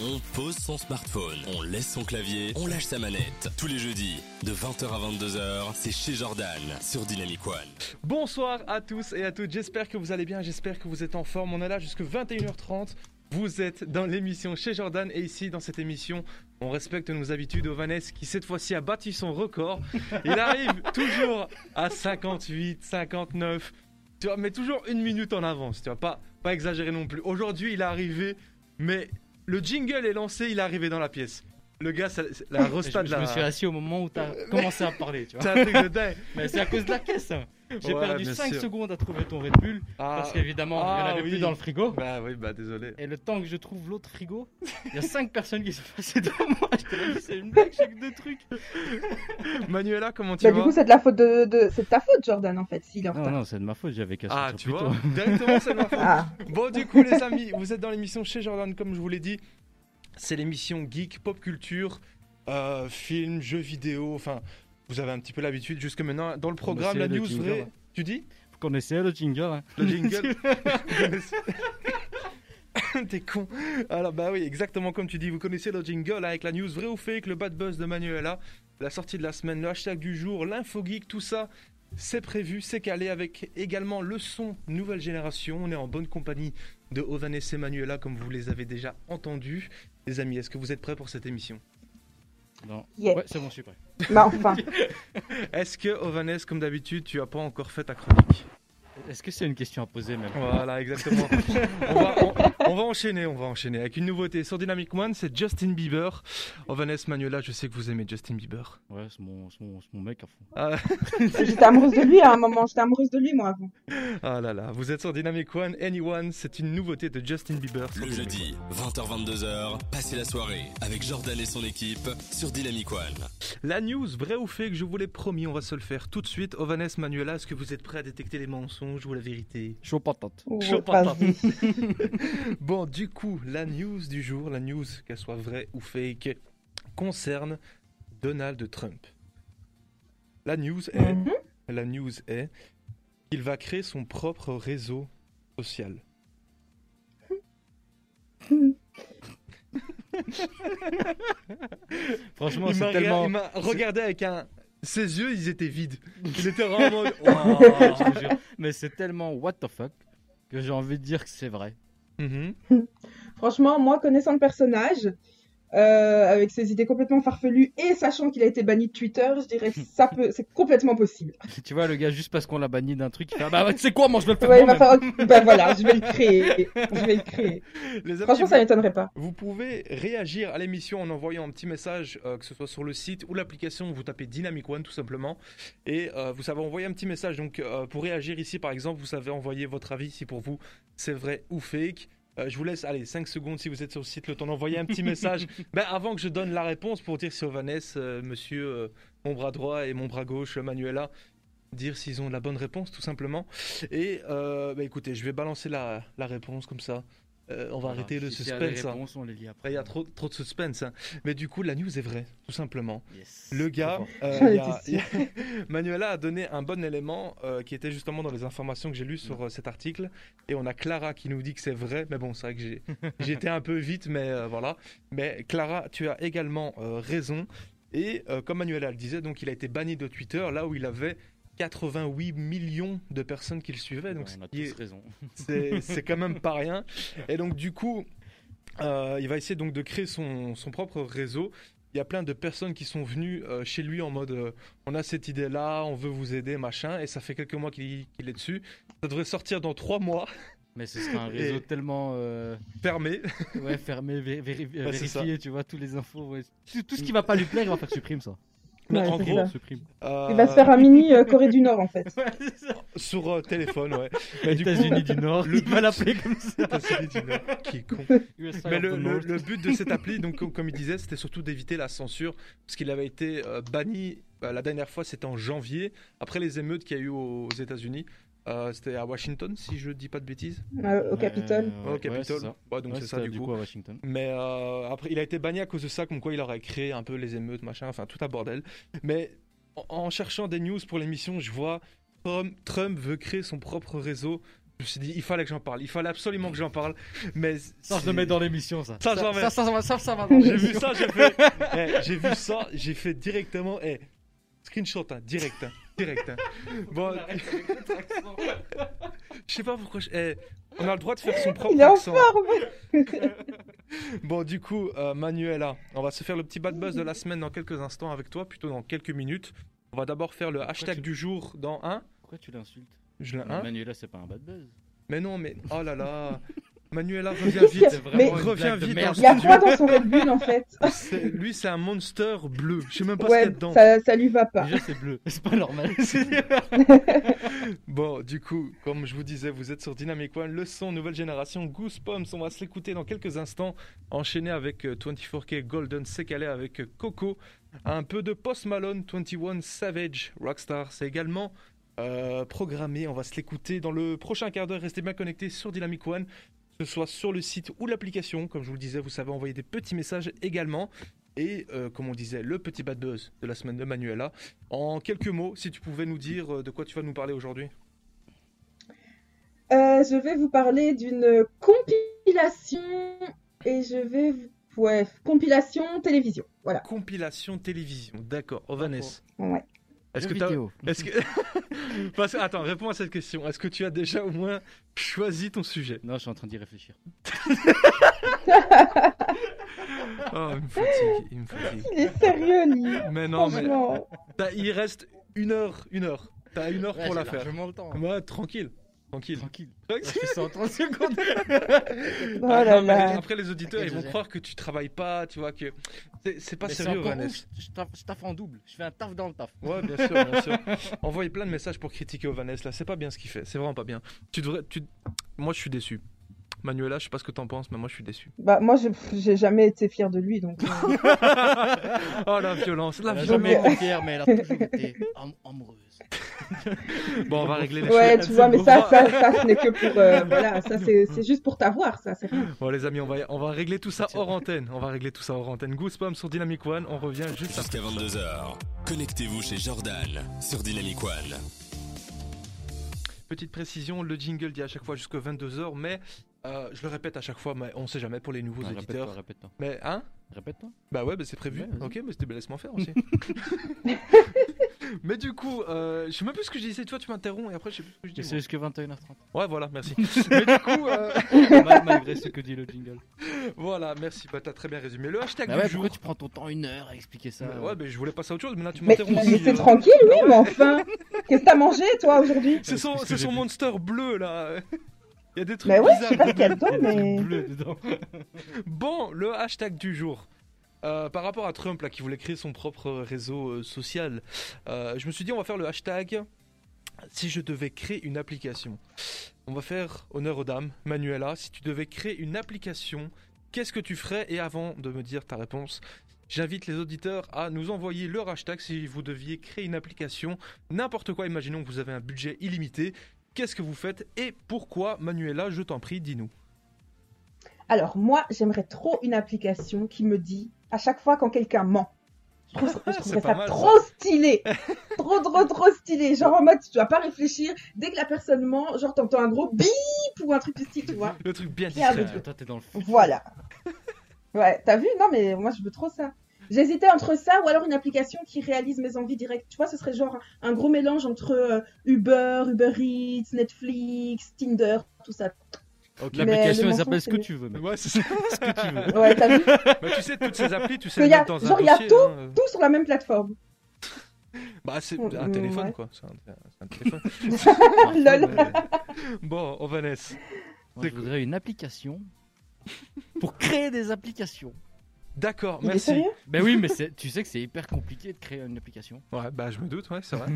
On pose son smartphone, on laisse son clavier, on lâche sa manette. Tous les jeudis, de 20h à 22h, c'est chez Jordan sur Dynamic One. Bonsoir à tous et à toutes, j'espère que vous allez bien, j'espère que vous êtes en forme. On est là jusqu'à 21h30. Vous êtes dans l'émission chez Jordan et ici dans cette émission, on respecte nos habitudes. Ovanes qui cette fois-ci a battu son record. Il arrive toujours à 58, 59, tu vois, mais toujours une minute en avance. Tu vois, pas, pas exagérer non plus. Aujourd'hui, il est arrivé, mais le jingle est lancé, il est arrivé dans la pièce. Le gars, ça- la rosta de je, je la. me suis assis au moment où Euh, t'as commencé à parler, tu C'est vois. un truc de dingue. Mais c'est à cause de la caisse. hein. J'ai Ouais, perdu bien 5 sûr. secondes à trouver ton Red Bull Ah, parce qu'évidemment, il n'y ah en avait oui. plus dans le frigo. Bah oui, bah désolé. Et le temps que je trouve l'autre frigo, il y a 5 personnes qui sont passées devant moi. Je te l'ai dit, c'est une blague, j'ai que deux trucs. Manuela, comment tu Bah, vas du coup, c'est de la faute de, de- c'est de ta faute, Jordan, en fait, s'il est en Non, retard. non, c'est de ma faute, j'avais cassé Ah, le tu vois, directement c'est de ma faute. Ah, Bon, du coup, les amis, vous êtes dans l'émission chez Jordan, comme je vous l'ai dit. C'est l'émission geek, pop culture, euh, films, jeux vidéo. Enfin, vous avez un petit peu l'habitude jusque maintenant. Dans le programme, c'est la le news jingle, vraie. ouais. Tu dis Vous connaissez le jingle hein Le jingle T'es con. Alors, bah oui, exactement comme tu dis, vous connaissez le jingle avec la news vraie ou fake, le bad buzz de Manuela, la sortie de la semaine, le hashtag du jour, l'info geek, tout ça. C'est prévu, c'est calé avec également le son nouvelle génération. On est en bonne compagnie de Ovanes et Manuela, comme vous les avez déjà entendus. Les amis, est-ce que vous êtes prêts pour cette émission Non. yeah. Ouais, c'est bon, je suis prêt. Bah, enfin, Est-ce que, Ovanes, comme d'habitude, tu as pas encore fait ta chronique Est-ce que c'est une question à poser même Voilà, exactement. on, va, on- on va enchaîner, on va enchaîner avec une nouveauté sur Dynamic One, c'est Justin Bieber. Oh, Vanessa Manuela, je sais que vous aimez Justin Bieber. Ouais, c'est mon, c'est mon, c'est mon mec à fond. Ah, j'étais amoureuse de lui à un moment, j'étais amoureuse de lui, moi, avant. ah là là, vous êtes sur Dynamic One, Anyone, c'est une nouveauté de Justin Bieber. sur Le Dynamic jeudi, 20h-22h, passez la soirée avec Jordan et son équipe sur Dynamic One. One. La news, vrai ou fake, je vous l'ai promis, on va se le faire tout de suite. Oh, Vanessa Manuela, est-ce que vous êtes prêt à détecter les mensonges ou la vérité Chaud patate. Ou- Chaud enfin, patate. je dis- Bon, du coup, la news du jour, la news, qu'elle soit vraie ou fake, concerne Donald Trump. La news est, Mhm. la news est qu'il va créer son propre réseau social. Franchement, Il m'a c'est rega- tellement. il m'a regardé avec un... Ses yeux, ils étaient vides. Il était vraiment en mode... Waouh, Ah, je te jure. Mais c'est tellement what the fuck que j'ai envie de dire que c'est vrai. Mhm. Franchement, moi, connaissant le personnage, euh, avec ses idées complètement farfelues et sachant qu'il a été banni de Twitter, je dirais que ça peut, c'est complètement possible. Tu vois, le gars, juste parce qu'on l'a banni d'un truc, il fait Ah bah, tu sais quoi, moi je vais le faire. Ouais, il va moi-même. faire, ok, bah voilà, je vais le créer, je vais le créer. Les amis, Franchement, vous- ça m'étonnerait pas. Vous pouvez réagir à l'émission en envoyant un petit message, euh, que ce soit sur le site ou l'application, vous tapez Dynamic One tout simplement. Et euh, vous savez envoyer un petit message. Donc euh, pour réagir ici par exemple, vous savez envoyer votre avis si pour vous c'est vrai ou fake. Euh, je vous laisse, allez, 5 secondes si vous êtes sur le site, le temps d'envoyer un petit message. Ben, avant que je donne la réponse pour dire si Ovanès, euh, monsieur, euh, mon bras droit et mon bras gauche, Manuela, dire s'ils ont la bonne réponse tout simplement. Et euh, ben, écoutez, je vais balancer la, la réponse comme ça. Euh, on va Voilà, arrêter le si- s'il y a des suspense. hein. réponses, on les lit après. Il y a trop, trop de suspense. hein. Mais du coup, la news est vraie, tout simplement. Yes. Le gars, Trop fort. euh, J'en il y a- étais sûre. il y a- Manuela a donné un bon élément euh, qui était justement dans les informations que j'ai lues sur euh, cet article. Et on a Clara qui nous dit que c'est vrai. Mais bon, c'est vrai que j'ai- j'ai été un peu vite, mais euh, voilà. Mais Clara, tu as également euh, raison. Et euh, comme Manuela le disait, donc il a été banni de Twitter, là où il avait 88 millions de personnes qui le suivaient. Donc Ouais, on a ce qui est- tous raison. c'est c'est quand même pas rien. Et donc, du coup, euh, il va essayer donc de créer son, son propre réseau. Il y a plein de personnes qui sont venues euh, chez lui en mode euh, on a cette idée-là, on veut vous aider, machin. Et ça fait quelques mois qu'il qu'il est dessus. Ça devrait sortir dans trois mois, Mais ce serait un réseau Et- tellement euh, fermé. ouais, fermé, vé- vé- Ouais, c'est ça. vérifié, tu vois, tous les infos. ouais. Tout, tout ce qui va pas lui plaire, il va faire supprime ça. Mais Ouais, en c'est gros, ça. Supprime. euh, Il va se faire un mini euh, Corée du Nord, en fait. sur euh, téléphone, ouais. Mais du coup- États-Unis du Nord, le il va l'appeler comme ça. États-Unis du Nord, qui est con. USA Mais of le, the le- North. le but de cette appli, donc, comme- comme il disait, c'était surtout d'éviter la censure, parce qu'il avait été euh, banni euh, la dernière fois, c'était en janvier, après les émeutes qu'il y a eu aux, aux États-Unis. Euh, c'était à Washington, si je dis pas de bêtises. Euh, au Capitole. Euh, Ouais, au ouais, Capitole. c'est ça. Ouais, donc Ouais, c'est c'est ça, du, coup. à Washington. Mais euh, après, il a été banni à cause de ça, comme quoi il aurait créé un peu les émeutes, machin, enfin tout un bordel. Mais en, en cherchant des news pour l'émission, je vois Trump, Trump veut créer son propre réseau Je me suis dit, il fallait que j'en parle, il fallait absolument que j'en parle. Mais Ça, je le mets dans l'émission, ça. Ça, j'en mets. ça, ça, ça va, ça, ça va. J'ai vu ça, j'ai fait. Eh, j'ai vu ça, j'ai fait directement. eh, Screenshot, hein, direct. hein, direct. hein. Bon, je sais pas pourquoi. je- eh, on a le droit de faire son propre Il est en accent. forme. Bon, du coup, euh, Manuela, on va se faire le petit bad buzz de la semaine dans quelques instants avec toi, plutôt dans quelques minutes. On va d'abord faire le hashtag tu- du jour dans un. Pourquoi tu l'insultes Je l'ai un. Manuela, c'est pas un bad buzz. Mais non, mais. Oh là là. Manuela, reviens vite. Mais- reviens vite Il y a quoi Studio. dans son Red Bull en fait C'est- Lui, c'est un monster bleu. Je sais même pas ce qu'il y a Ouais, dedans. ça, ça lui va pas. Déjà, c'est bleu. C'est pas normal. Bon, du coup, comme je vous disais, vous êtes sur Dynamic One, le son nouvelle génération Goosebumps. On va se l'écouter dans quelques instants, enchaîné avec euh, 24K Golden Sekale avec euh, Coco, un peu de Post Malone, 21 Savage Rockstar. C'est également euh, programmé. On va se l'écouter dans le prochain quart d'heure. Restez bien connectés sur Dynamic One, que ce soit sur le site ou l'application. Comme je vous le disais, vous savez envoyer des petits messages également. Et euh, comme on disait, le petit bad buzz de la semaine de Manuela. En quelques mots, si tu pouvais nous dire euh, de quoi tu vas nous parler aujourd'hui. Euh, je vais vous parler d'une compilation et je vais vous... Ouais, compilation télévision. Voilà. Compilation télévision, d'accord. Ovanès. Ouais. Est-ce que t'as- Est-ce que... Parce que- Attends, réponds à cette question. Est-ce que tu as déjà au moins choisi ton sujet Non, je suis en train d'y réfléchir. Oh, il me fatigue, il me fatigue. Il est sérieux, lui. Mais non, mais Franchement. t'as- il reste une heure, une heure. T'as une heure pour la faire. Largement le temps. hein. Ouais, tranquille, tranquille. Tranquille. Je Tranquille. suis ça en 30 secondes. Oh Ah, là non, mais là. Après, les auditeurs, ils vont Désolé. croire que tu travailles pas, tu vois, que c'est- c'est pas Mais c'est sérieux, encore Ovanès. ouf, Je taffe- je taffe en double. Je fais un taf dans le taf. Ouais, bien sûr, bien sûr. Envoyez plein de messages pour critiquer Ovanès, là, c'est pas bien ce qu'il fait, c'est vraiment pas bien. Tu devrais, tu... Moi, je suis déçu. Manuela, je sais pas ce que t'en penses, mais moi, je suis déçu. Bah, moi, je pff, j'ai jamais été fière de lui, donc. euh, Oh, la violence, la Elle violence. a Ah, jamais été fière, mais elle a toujours été am- amoureuse. Bon, on va régler les Ouais, choses. tu vois, mais ça, Bon, ça, ça, ce n'est que pour. euh, voilà, ça, c'est c'est juste pour t'avoir, ça, c'est rien. Bon, les amis, on va, on va régler tout ça hors antenne. On va régler tout ça hors antenne. Goosebumps sur Dynamic One, on revient juste Jusqu'à après. 22h, connectez-vous chez Jordan sur Dynamic One. Petite précision, le jingle dit à chaque fois jusqu'à 22h, mais euh, je le répète à chaque fois, mais on sait jamais pour les nouveaux Non, auditeurs. Répète-toi, répète-toi. Mais, hein Répète-toi. Bah ouais, bah c'est prévu. Ouais, vas-y. ok, mais c'était laisse-moi faire aussi. mais du coup, euh, je sais même plus ce que je disais. Toi, tu m'interromps et après, je sais plus ce que je Et dis. c'est jusqu'à 21h30. moi. Ouais, voilà, merci. mais du coup, euh, Mal- Malgré ce que dit le jingle. voilà, merci. Bah, t'as très bien résumé. Le hashtag Bah du ouais, jour. pourquoi tu prends ton temps une heure à expliquer ça euh, Ouais, mais je voulais passer à autre chose, mais là, tu Mais, m'interromps. mais aussi, c'est euh. tranquille, oui, mais enfin. Qu'est-ce que t'as mangé, toi, aujourd'hui C'est son, Qu'est-ce que c'est j'ai son dit monster bleu, là. Il y a des trucs Bah ouais, bizarres. je sais pas ce qu'il y a dedans, Il y a du mais. bleu dedans. Bon, le hashtag du jour. Euh, par rapport à Trump là, qui voulait créer son propre réseau euh, social, euh, je me suis dit on va faire le hashtag si je devais créer une application. On va faire honneur aux dames. Manuela, si tu devais créer une application, qu'est-ce que tu ferais Et avant de me dire ta réponse, j'invite les auditeurs à nous envoyer leur hashtag si vous deviez créer une application. N'importe quoi, imaginons que vous avez un budget illimité. Qu'est-ce que vous faites et pourquoi Manuela, je t'en prie, dis-nous. Alors, moi, j'aimerais trop une application qui me dit à chaque fois quand quelqu'un ment. Je trouve- je trouverais pas ça mal, ça. trop stylé. trop, trop, trop stylé. Genre en mode, tu dois pas réfléchir. Dès que la personne ment, genre t'entends un gros bip ou un truc du style, tu vois. Le truc bien Et un discret. but. Euh, Toi, t'es dans le fou. Voilà. Ouais, t'as vu Non, mais moi, je veux trop ça. J'hésitais entre ça ou alors une application qui réalise mes envies directes. Tu vois, ce serait genre un gros mélange entre euh, Uber, Uber Eats, Netflix, Tinder, tout ça. Mais L'application, le elle mensonge, s'appelle ce que c'est tu veux. mec. Ouais, c'est ça. Ce que tu veux. Ouais, t'as vu Bah, tu sais, toutes ces applis, tu sais, les Parce que y a- mettre dans un genre, y a dossier. tout. hein. Tout sur la même plateforme. Bah, c'est Mm, un mm, téléphone, ouais. quoi. C'est un, c'est un téléphone. Lol. Bon, on va laisser. Moi, je voudrais une application pour créer des applications. D'accord, Il est merci. sérieux Ben oui, mais c'est- tu sais que c'est hyper compliqué de créer une application. Ouais, bah, je me doute, ouais, c'est vrai.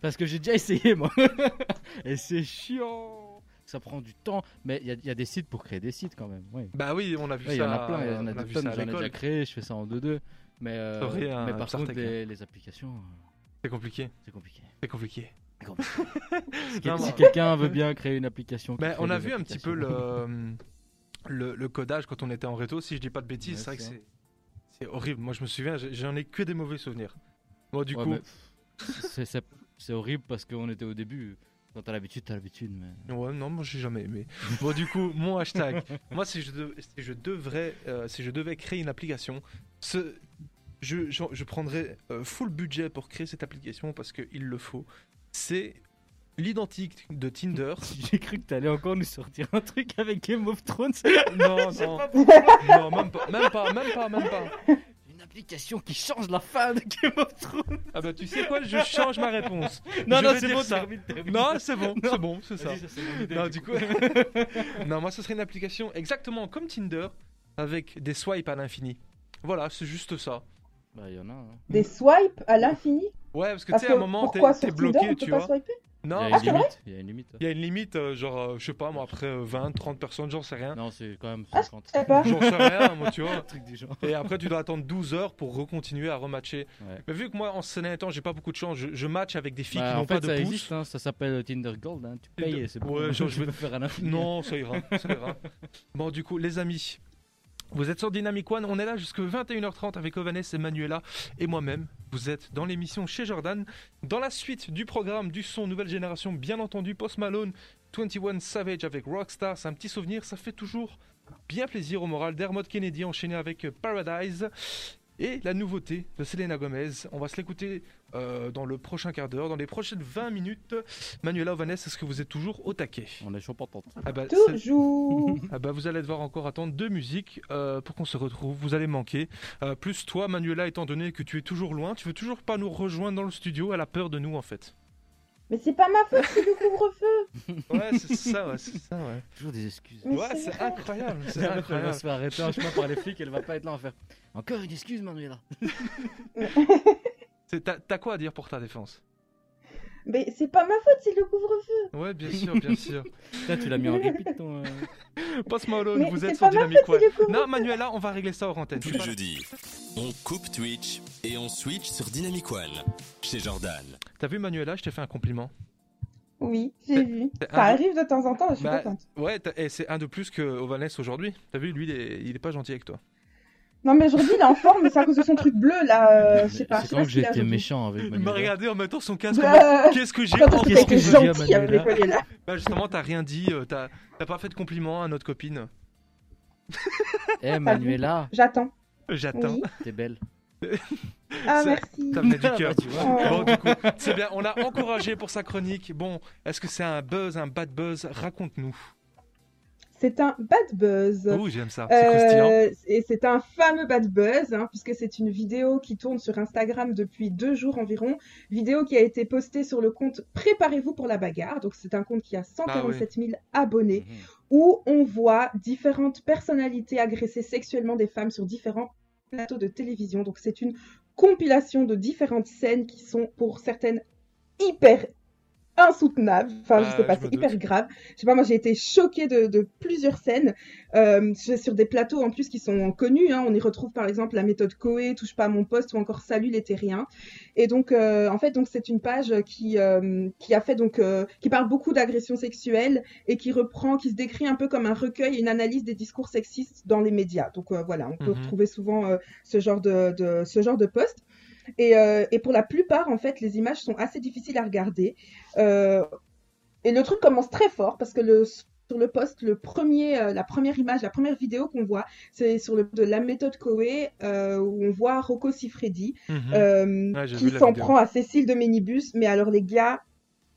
Parce que j'ai déjà essayé, moi. Et c'est chiant. Ça prend du temps. Mais il y, a- il y a des sites pour créer des sites quand même. Ouais. bah oui, on a vu Ouais, Il ça. y en a plein. Il y en on a a des vu ça tonnes. à J'en ai déjà l'école. créé. Je fais ça en 2-2. Mais, euh, Ça aurait un hein. mais par contre, Sartec, les, les applications, euh, C'est compliqué. c'est compliqué. C'est compliqué. C'est compliqué. Si quel- Non, mais- si quelqu'un veut bien créer une application. qui Bah, crée on a des vu un petit peu applications. le, le, le codage quand on était en réto. Si je dis pas de bêtises, Ouais, c'est vrai que ça. c'est c'est horrible. Moi, je me souviens, j'ai- j'en ai que des mauvais souvenirs. Moi, du Ouais, coup, mais c'est- c'est- C'est horrible parce qu'on était au début. Quand t'as l'habitude, t'as l'habitude. Mais... Ouais, non, moi j'ai jamais aimé. Bon, du coup, mon hashtag. moi, si je, dev- si je devrais, euh, si je devais créer une application, ce, je, je, je prendrais euh, full budget pour créer cette application parce qu'il le faut. C'est l'identique de Tinder. J'ai cru que t'allais encore nous sortir un truc avec Game of Thrones. non, Je sais non, pas non, même pas, même pas, même pas, même pas. Une application qui change la fin de Game of Thrones. Ah bah, tu sais quoi, je change ma réponse. Non, Je non, vais c'est dire bon, ça. termine, termine. Non, c'est bon, Non. c'est bon, c'est ça. Vas-y, ça, c'est mon idée, Non, du coup, non, moi, ce serait une application exactement comme Tinder avec des swipes à l'infini. Voilà, c'est juste ça. Bah, il y en a. hein. Des swipes à l'infini Ouais, parce que tu Parce sais, à un moment, t'es pourquoi t'es sur bloqué, Tinder, on peut tu pas vois. swiper Non, Il y a Ah, une c'est vrai limite. Il y a une limite. il y a une limite, euh, genre, euh, je sais pas, moi, après euh, 20, 30 personnes, j'en sais rien. Non, c'est Bah, quand même Ah, je 50. sais pas. J'en sais rien, moi, tu Un vois. truc du genre. Et après, tu dois attendre 12 heures pour recontinuer à rematcher. Ouais. Mais vu que moi, en ce dernier temps, j'ai pas beaucoup de chance, je, je match avec des filles Bah, qui n'ont en fait, pas de ça pouce. existe, hein, ça s'appelle Tinder Gold. hein, Tu payes, et c'est bon. Ouais, genre, je tu veux- peux faire un infini. Non, ça ira, ça ira. Bon, du coup, les amis, vous êtes sur Dynamic One. On est là jusqu'à 21h30 avec Ovanès et Manuela et moi-même. Vous êtes dans l'émission chez Jordan. Dans la suite du programme du son Nouvelle Génération, bien entendu, Post Malone, 21 Savage avec Rockstar. C'est un petit souvenir, ça fait toujours bien plaisir au moral. Dermot Kennedy enchaîné avec euh, Paradise. Et la nouveauté de Selena Gomez, on va se l'écouter euh, dans le prochain quart d'heure, dans les prochaines 20 minutes. Manuela Ovanès, est-ce que vous êtes toujours au taquet On est chaud portante. ah bah, c'est- Toujours ah bah, vous allez devoir encore attendre deux musiques euh, pour qu'on se retrouve. Vous allez manquer. Euh, plus toi, Manuela, étant donné que tu es toujours loin, tu veux toujours pas nous rejoindre dans le studio. Elle a peur de nous en fait. Mais c'est pas ma faute, c'est le couvre-feu Ouais, c'est ça, ouais, c'est ça, ouais. Toujours des excuses. Mais Ouais, c'est c'est vrai. incroyable, c'est La meuf, elle va incroyable. se faire arrêter un chemin par les flics, elle va pas être là en faire. Encore une excuse, Manuela. C'est- T'as t'as quoi à dire pour ta défense Mais c'est pas ma faute, c'est le couvre-feu Ouais, bien sûr, bien sûr. Là, tu l'as mis en répit ton. euh, Passe Malone, Mais vous c'est êtes sur pas ma Dynamic faute, One. c'est le couvre-feu. Non, Manuela, on va régler ça hors antenne. Tous les jeudis, on coupe Twitch et on switch sur Dynamic One chez Jordan. T'as vu Manuela, je t'ai fait un compliment. Oui, j'ai vu. c'est Ça un- arrive de temps en temps, je suis Bah, contente. Ouais, t'as- eh, c'est un de plus que Ovanès aujourd'hui. T'as vu, lui, il est, il est pas gentil avec toi. Non, mais aujourd'hui, il est en forme, mais c'est à cause de son truc bleu, là, euh, je sais C'est pas. quand que j'ai été méchant. méchant avec Il m'a Manuela. regardé en mettant son casque. en mode, Quand Qu'est-ce que j'ai est-ce qu'il entendu a qu'est-ce que été je dis à gentil avec les Manuela colliers, là Bah justement, t'as rien dit, euh, t'as t'as pas fait de compliment à notre copine. Eh, Manuela, J'attends. Euh, J'attends. Oui. t'es belle. Ah, Ça- merci. Ça venait du Ah, cœur. bah, tu vois. Oh. Bon, du coup, c'est bien, on l'a encouragé pour sa chronique. Bon, est-ce que c'est un buzz, un bad buzz Raconte-nous. C'est un bad buzz. Ouh, j'aime ça, c'est croustillant. Euh, et c'est un fameux bad buzz, hein, puisque c'est une vidéo qui tourne sur Instagram depuis deux jours environ. Vidéo qui a été postée sur le compte Préparez-vous pour la bagarre. Donc, c'est un compte Ah qui a 147 000 abonnés, Mhm. où on voit différentes personnalités agresser sexuellement des femmes sur différents plateaux de télévision. Donc, c'est une compilation de différentes scènes qui sont pour certaines hyper insoutenables. Enfin, je Ah, sais pas, je me c'est doute. hyper grave. Je sais pas, moi j'ai été choquée de, de plusieurs scènes euh, sur sur des plateaux en plus qui sont connus. hein. On y retrouve par exemple la méthode Coé, Touche pas à mon poste ou encore Salut les terriens. Et donc, euh, en fait, donc c'est une page qui euh, qui a fait donc euh, qui parle beaucoup d'agressions sexuelles et qui reprend, qui se décrit un peu comme un recueil, et une analyse des discours sexistes dans les médias. Donc euh, voilà, on peut Mhm. retrouver souvent euh, ce genre de, de ce genre de poste. Et, euh, et pour la plupart, en fait, les images sont assez difficiles à regarder. Euh, et le truc commence très fort parce que le, sur le poste, le premier, euh, la première image, la première vidéo qu'on voit, c'est sur le de la méthode Coé euh, où on voit Rocco Siffredi Mhm. euh, Ouais, j'ai qui vu la s'en vidéo. prend à Cécile de Ménibus. Mais alors les gars,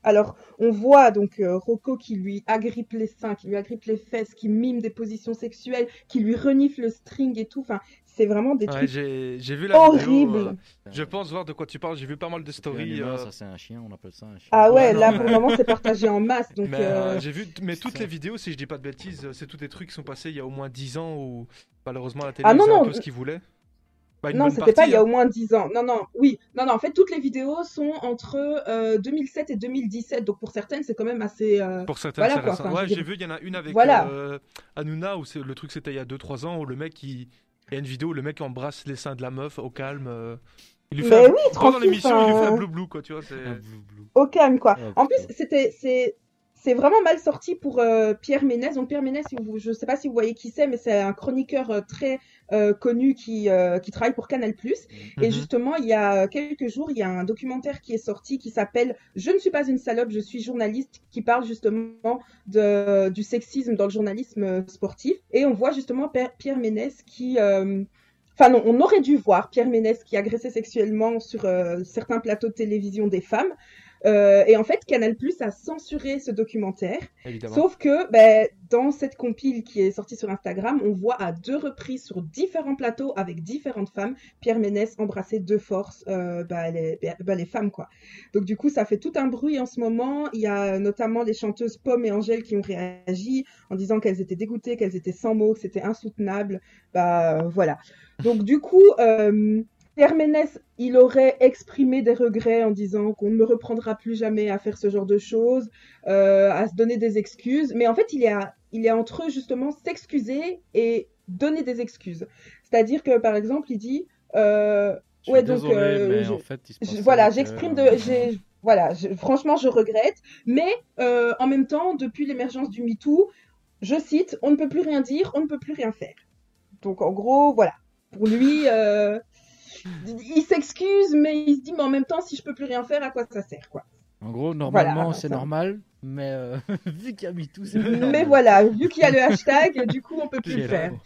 alors on voit donc euh, Rocco qui lui agrippe les seins, qui lui agrippe les fesses, qui mime des positions sexuelles, qui lui renifle le string et tout. Enfin, c'est vraiment des Ouais, trucs j'ai j'ai vu la vidéo. horribles. euh, je pense voir de quoi tu parles, j'ai vu pas mal de Un stories. humain, euh, ça, c'est un chien, on appelle ça un chien. Ah ouais, Ouais, non, là mais- pour le moment c'est partagé en masse, donc mais euh, euh, j'ai vu, mais toutes putain. les vidéos, si je dis pas de bêtises, euh, c'est tous des trucs qui sont passés il y a au moins 10 ans où malheureusement la télé Ah non, faisait un non, peu ce qu'ils voulaient. Bah, une non, bonne c'était pas partie, il y a hein. au moins 10 ans. Non, non, oui. Non, non, en fait, toutes les vidéos sont entre euh, 2007 et 2017. Donc, pour certaines, c'est quand même assez. euh, Pour certaines, Voilà c'est quoi, récent. enfin, je ouais, veux dire- j'ai vu, il y en a une avec Voilà. euh, Hanouna, où c'est- le truc c'était il y a 2-3 ans, où le mec, il... il y a une vidéo où le mec embrasse les seins de la meuf au calme. euh, Il lui fait Mais un- oui, Pendant tranquille. l'émission, il lui fait un enfin, Ah, blou-blou, quoi, tu vois. c'est- Un Ah, blou blou. Au calme, quoi. Ah, en plus, putain. c'était. c'est c'est vraiment mal sorti pour euh, Pierre Ménès. Donc Pierre Ménès, si vous- je ne sais pas si vous voyez qui c'est, mais c'est un chroniqueur euh, très euh, connu qui, euh, qui travaille pour Canal+. Et Mhm. justement, il y a euh, quelques jours, il y a un documentaire qui est sorti qui s'appelle Je ne suis pas une salope, je suis journaliste, qui parle justement de, du sexisme dans le journalisme euh, sportif. Et on voit justement Pierre, Pierre Ménès qui... euh, Enfin non, on aurait dû voir Pierre Ménès qui agressait sexuellement sur euh, certains plateaux de télévision des femmes. Euh, et en fait, Canal+ a censuré ce documentaire. évidemment. Sauf que ben, dans cette compile qui est sortie sur Instagram, on voit à deux reprises sur différents plateaux avec différentes femmes, Pierre Ménès embrasser de force euh, ben, les, ben, ben, les femmes. quoi. Donc du coup, ça fait tout un bruit en ce moment. Il y a notamment les chanteuses Pomme et Angèle qui ont réagi en disant qu'elles étaient dégoûtées, qu'elles étaient sans mots, que c'était insoutenable. Bah voilà. Donc du coup... Euh, Pierre Ménès, il aurait exprimé des regrets en disant qu'on ne me reprendra plus jamais à faire ce genre de choses euh, à se donner des excuses. Mais en fait, il y a, il y a entre eux justement s'excuser et donner des excuses. C'est-à-dire que par exemple, il dit euh, Je suis Ouais, donc, désolé, euh, mais je- en fait, il se je- passe euh, ça voilà, que- j'exprime de, j'ai, voilà, je- franchement, je regrette, mais euh, en même temps, depuis l'émergence du MeToo, je cite, on ne peut plus rien dire, on ne peut plus rien faire. Donc en gros, voilà, pour lui, euh, il s'excuse, mais il se dit, mais en même temps, si je peux plus rien faire, à quoi ça sert, quoi. En gros, normalement, Voilà, c'est ça- normal, mais euh, vu qu'il y a mis tout, c'est. plus Mais normal. voilà, vu qu'il y a le hashtag, du coup, on peut plus Quel le faire. rapport.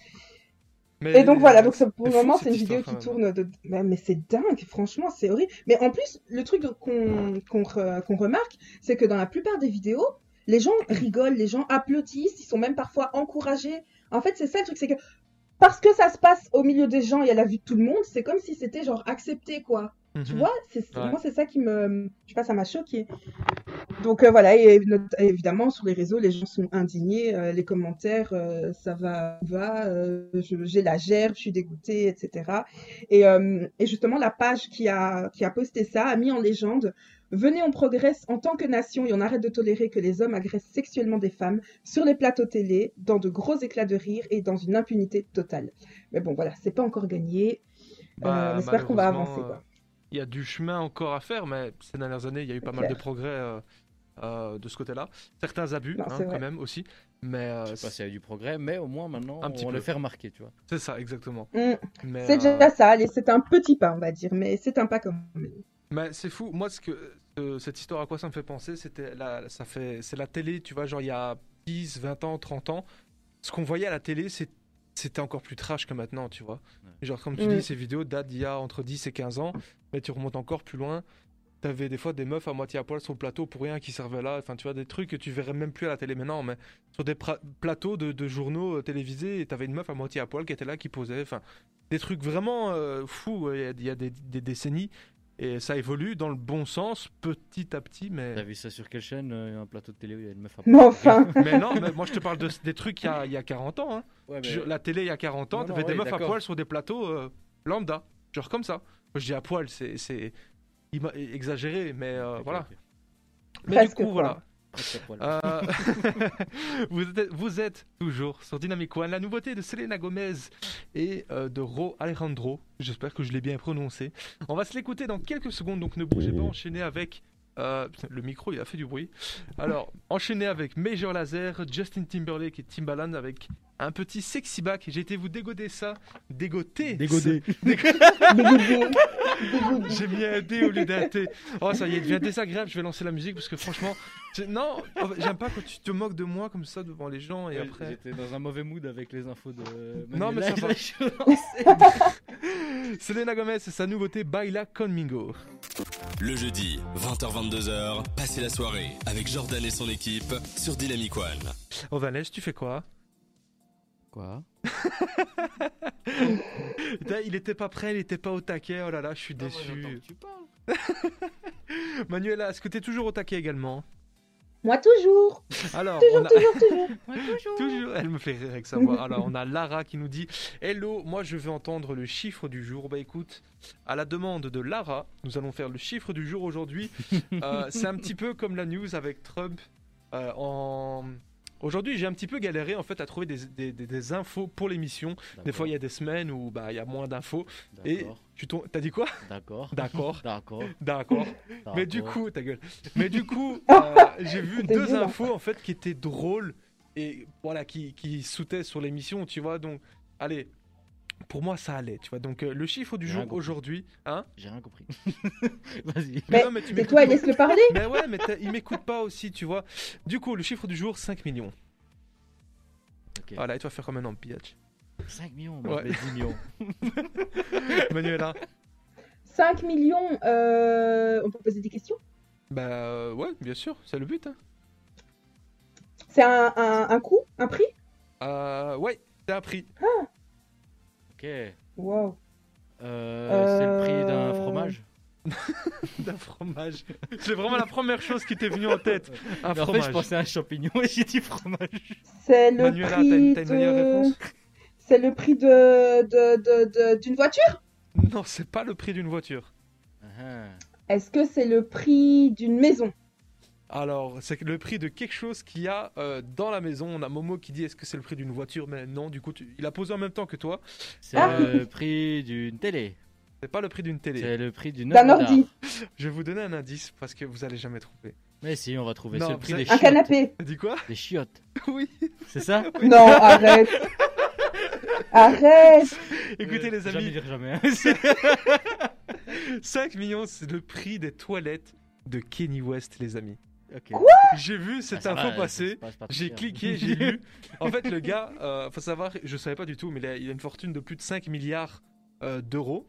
Mais- Et donc voilà, donc ça- pour le c'est fou, moment, cette c'est une histoire, vidéo quand qui même. tourne de. Mais, mais c'est dingue, franchement, c'est horrible. Mais en plus, le truc qu'on qu'on re- qu'on remarque, c'est que dans la plupart des vidéos, les gens rigolent, les gens applaudissent, ils sont même parfois encouragés. En fait, c'est ça le truc, c'est que parce que ça se passe au milieu des gens et à la vue de tout le monde, c'est comme si c'était genre accepté, quoi. Tu Mhm. vois, c'est- Ouais. moi c'est ça qui me, je sais pas, ça m'a choqué. Donc euh, voilà, et, not- et évidemment sur les réseaux, les gens sont indignés, euh, les commentaires, euh, ça va, va, euh, je- j'ai la gerbe, je suis dégoûtée, etc. Et, euh, et justement la page qui a qui a posté ça a mis en légende. Venez, on progresse en tant que nation et on arrête de tolérer que les hommes agressent sexuellement des femmes sur les plateaux télé, dans de gros éclats de rire et dans une impunité totale. Mais bon, voilà, c'est pas encore gagné. Euh, Bah, on espère qu'on va malheureusement, avancer. Quoi. euh, Il y a du chemin encore à faire, mais ces dernières années, il y a eu pas C'est mal de clair. progrès euh, euh, de ce côté-là. Certains abus, Non, hein, c'est vrai. quand même, aussi. Mais euh, Je sais pas s'il y a eu du progrès, mais au moins maintenant, Un petit on le peu. fait remarquer, tu vois. c'est ça, exactement. Mm. Mais, C'est euh, déjà ça, allez, c'est un petit pas, on va dire, mais c'est un pas quand même. Mais c'est fou. Moi, ce que euh, cette histoire à quoi ça me fait penser, c'était la, ça fait, c'est la télé, tu vois, genre il y a 10, 20 ans, 30 ans, ce qu'on voyait à la télé, c'est- c'était encore plus trash que maintenant, tu vois. Ouais. Genre comme tu Mm. dis, ces vidéos datent d'il y a entre 10 et 15 ans, mais tu remontes encore plus loin. T'avais des fois des meufs à moitié à poil sur le plateau pour rien qui servaient là, enfin tu vois des trucs que tu verrais même plus à la télé maintenant, mais sur des pra- plateaux de, de journaux euh, télévisés, et t'avais une meuf à moitié à poil qui était là, qui posait, enfin des trucs vraiment euh, fous. ouais, Il y a, il y a des, des décennies et ça évolue dans le bon sens petit à petit, T'as mais vu ça sur quelle chaîne euh, Un plateau de télé où il y a une meuf à Mais enfin, mais non, mais moi je te parle de, des trucs il y a, il y a 40 ans. hein. Ouais, mais- euh, Je- la télé il y a 40 ans, Non, non, t'avais des ouais, meufs à d'accord. poil sur des plateaux euh, lambda, genre comme ça. Je dis à poil, c'est c'est ima- exagéré, mais euh, Ok, voilà. ok. Mais Presque du coup, quoi. voilà. Presque à poil. Euh, vous, êtes, vous êtes toujours sur Dynamic One, la nouveauté de Selena Gomez et euh, de Ro Alejandro. J'espère que je l'ai bien prononcé. On va se l'écouter dans quelques secondes, donc ne bougez pas, enchaînez avec. euh, putain, le micro il a fait du bruit. Alors, enchaînez avec Major Laser, Justin Timberlake et Timbaland avec un petit sexy back. J'ai été vous dégoder ça, dégoter. Dégodé. dégoûté, dégoûté. J'ai mis un dé au lieu d'un T. Oh, ça y est, devient désagréable. Je vais lancer la musique parce que franchement, c'est- non, en fait, j'aime pas quand tu te moques de moi comme ça devant les gens et Ouais, après. J'étais dans un mauvais mood avec les infos de. Non, mais là, ça là, va. je- Selena Gomez, c'est sa nouveauté Baila Conmingo. Le jeudi, 20h-22h, passez la soirée avec Jordan et son équipe sur Dynamic One. Oh, Vanessa, tu fais quoi Quoi Putain, Il était pas prêt, il était pas au taquet. Oh là là, je suis déçu. Tu parles Manuela, est-ce que t'es toujours au taquet également Moi toujours, Alors, on toujours, a- toujours, toujours. Toujours, elle me fait rire avec sa voix. Alors, on a Lara qui nous dit Hello, moi je veux entendre le chiffre du jour. Bah écoute, à la demande de Lara, nous allons faire le chiffre du jour aujourd'hui. Euh, c'est un petit peu comme la news avec Trump euh, en, Aujourd'hui, j'ai un petit peu galéré en fait à trouver des, des- des- des infos pour l'émission. Des fois, il y a des semaines où bah, il y a moins d'infos. Et D'accord. tu tombes- t'as dit quoi D'accord. D'accord, D'accord. d'accord. d'accord. Mais du coup, ta gueule. Mais du coup, euh, j'ai vu C'était hein. deux violent. infos en fait qui étaient drôles et voilà qui qui sautaient sur l'émission, tu vois. Donc, allez, pour moi ça allait, tu vois. Donc euh, le chiffre du J'ai rien jour compris. aujourd'hui, hein J'ai rien compris. Vas-y. Mais non, mais tu C'est m'écoutes toi, pas. laisse-le parler. Mais ouais, mais t'as- il m'écoute pas aussi, tu vois. Du coup, le chiffre du jour, 5 millions. Ok. Voilà, et toi faire comme un homme, pillage. 5 millions, moi, Ouais. je mets 10 millions. Manuela, 5 millions, euh, on peut poser des questions. bah euh, ouais, bien sûr, c'est le but. Hein. C'est un, un, un coût, un prix Euh, ouais, t'as appris. Ok. Euh, Wow. C'est le prix d'un Euh, fromage D'un fromage. C'est vraiment la première chose qui t'est venue en tête. Un Mais En fromage. fait, je pensais à un champignon et j'ai dit fromage. C'est le Manuela, t'as prix une- t'as une meilleure de... réponse C'est le prix de de- de- de- d'une voiture Non, c'est pas le prix d'une voiture. Uh-huh. Ah, Est-ce que c'est le prix d'une maison Alors, c'est le prix de quelque chose qu'il y a euh, dans la maison. On a Momo qui dit est-ce que c'est le prix d'une voiture Mais non, du coup, tu- il a posé en même temps que toi. C'est Ah. le prix d'une télé. C'est pas le prix d'une télé. C'est le prix d'une D'un œuvre d'art. ordi. Je vais vous donner un indice parce que vous allez jamais trouver. Mais si, on va trouver. Non, C'est le prix vous des avez- Un chiottes. canapé T'as dit quoi Des chiottes. Oui. C'est ça Non, arrête. arrête. Écoutez, Euh, les Jamais amis, dire jamais. 5 millions, c'est le prix des toilettes de Kenny West, les amis. Quoi J'ai vu Ah, cette info passer. J'ai cliqué, j'ai lu. En fait, le gars, euh, faut savoir, je savais pas du tout, mais il a, il a une fortune de plus de 5 milliards euh, d'euros.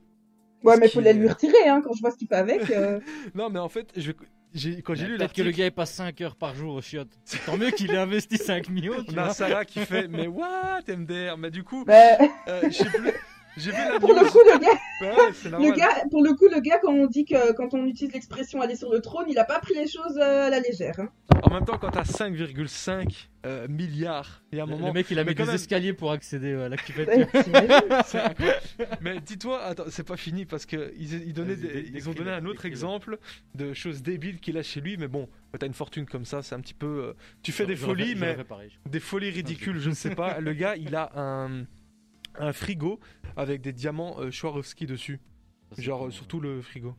Ouais, mais Ce faut qui- la lui retirer, hein, quand je vois ce qu'il fait avec. euh. Non, mais en fait, je, j'ai, quand j'ai lu Peut-être que le l'article, gars il passe 5 heures par jour aux chiottes. Tant mieux qu'il ait investi 5 millions. Tu on a vois. Sarah qui fait, mais what, MDR Mais du coup, Mais euh, je sais plus, j'ai vu la Bah. pour le news. coup, le gars, Ah Ouais, c'est normal. le gars, pour le coup, le gars, quand on dit que quand on utilise l'expression aller sur le trône, il a pas pris les choses euh, à la légère. hein. En même temps, quand t'as 5,5 euh, milliards, il y a un Le- moment. Le mec il a Mais mis quand des même- escaliers pour accéder à la cuvette. Ouais, t'imagines Mais dis-toi, attends, c'est pas fini parce que ils, ils donnaient Vas-y, des- dé- ils ont donné décris-le, un autre décris-le. exemple de choses débiles qu'il a chez lui, mais bon, quand t'as une fortune comme ça, c'est un petit peu, euh, tu fais J'aurais- des j'aurais folies, fait- mais j'aurais fait pareil, je crois. des folies ridicules, je ne sais pas. Le gars, il a un un frigo avec des diamants euh, Swarovski dessus, Ça, c'est genre con, euh, surtout le frigo.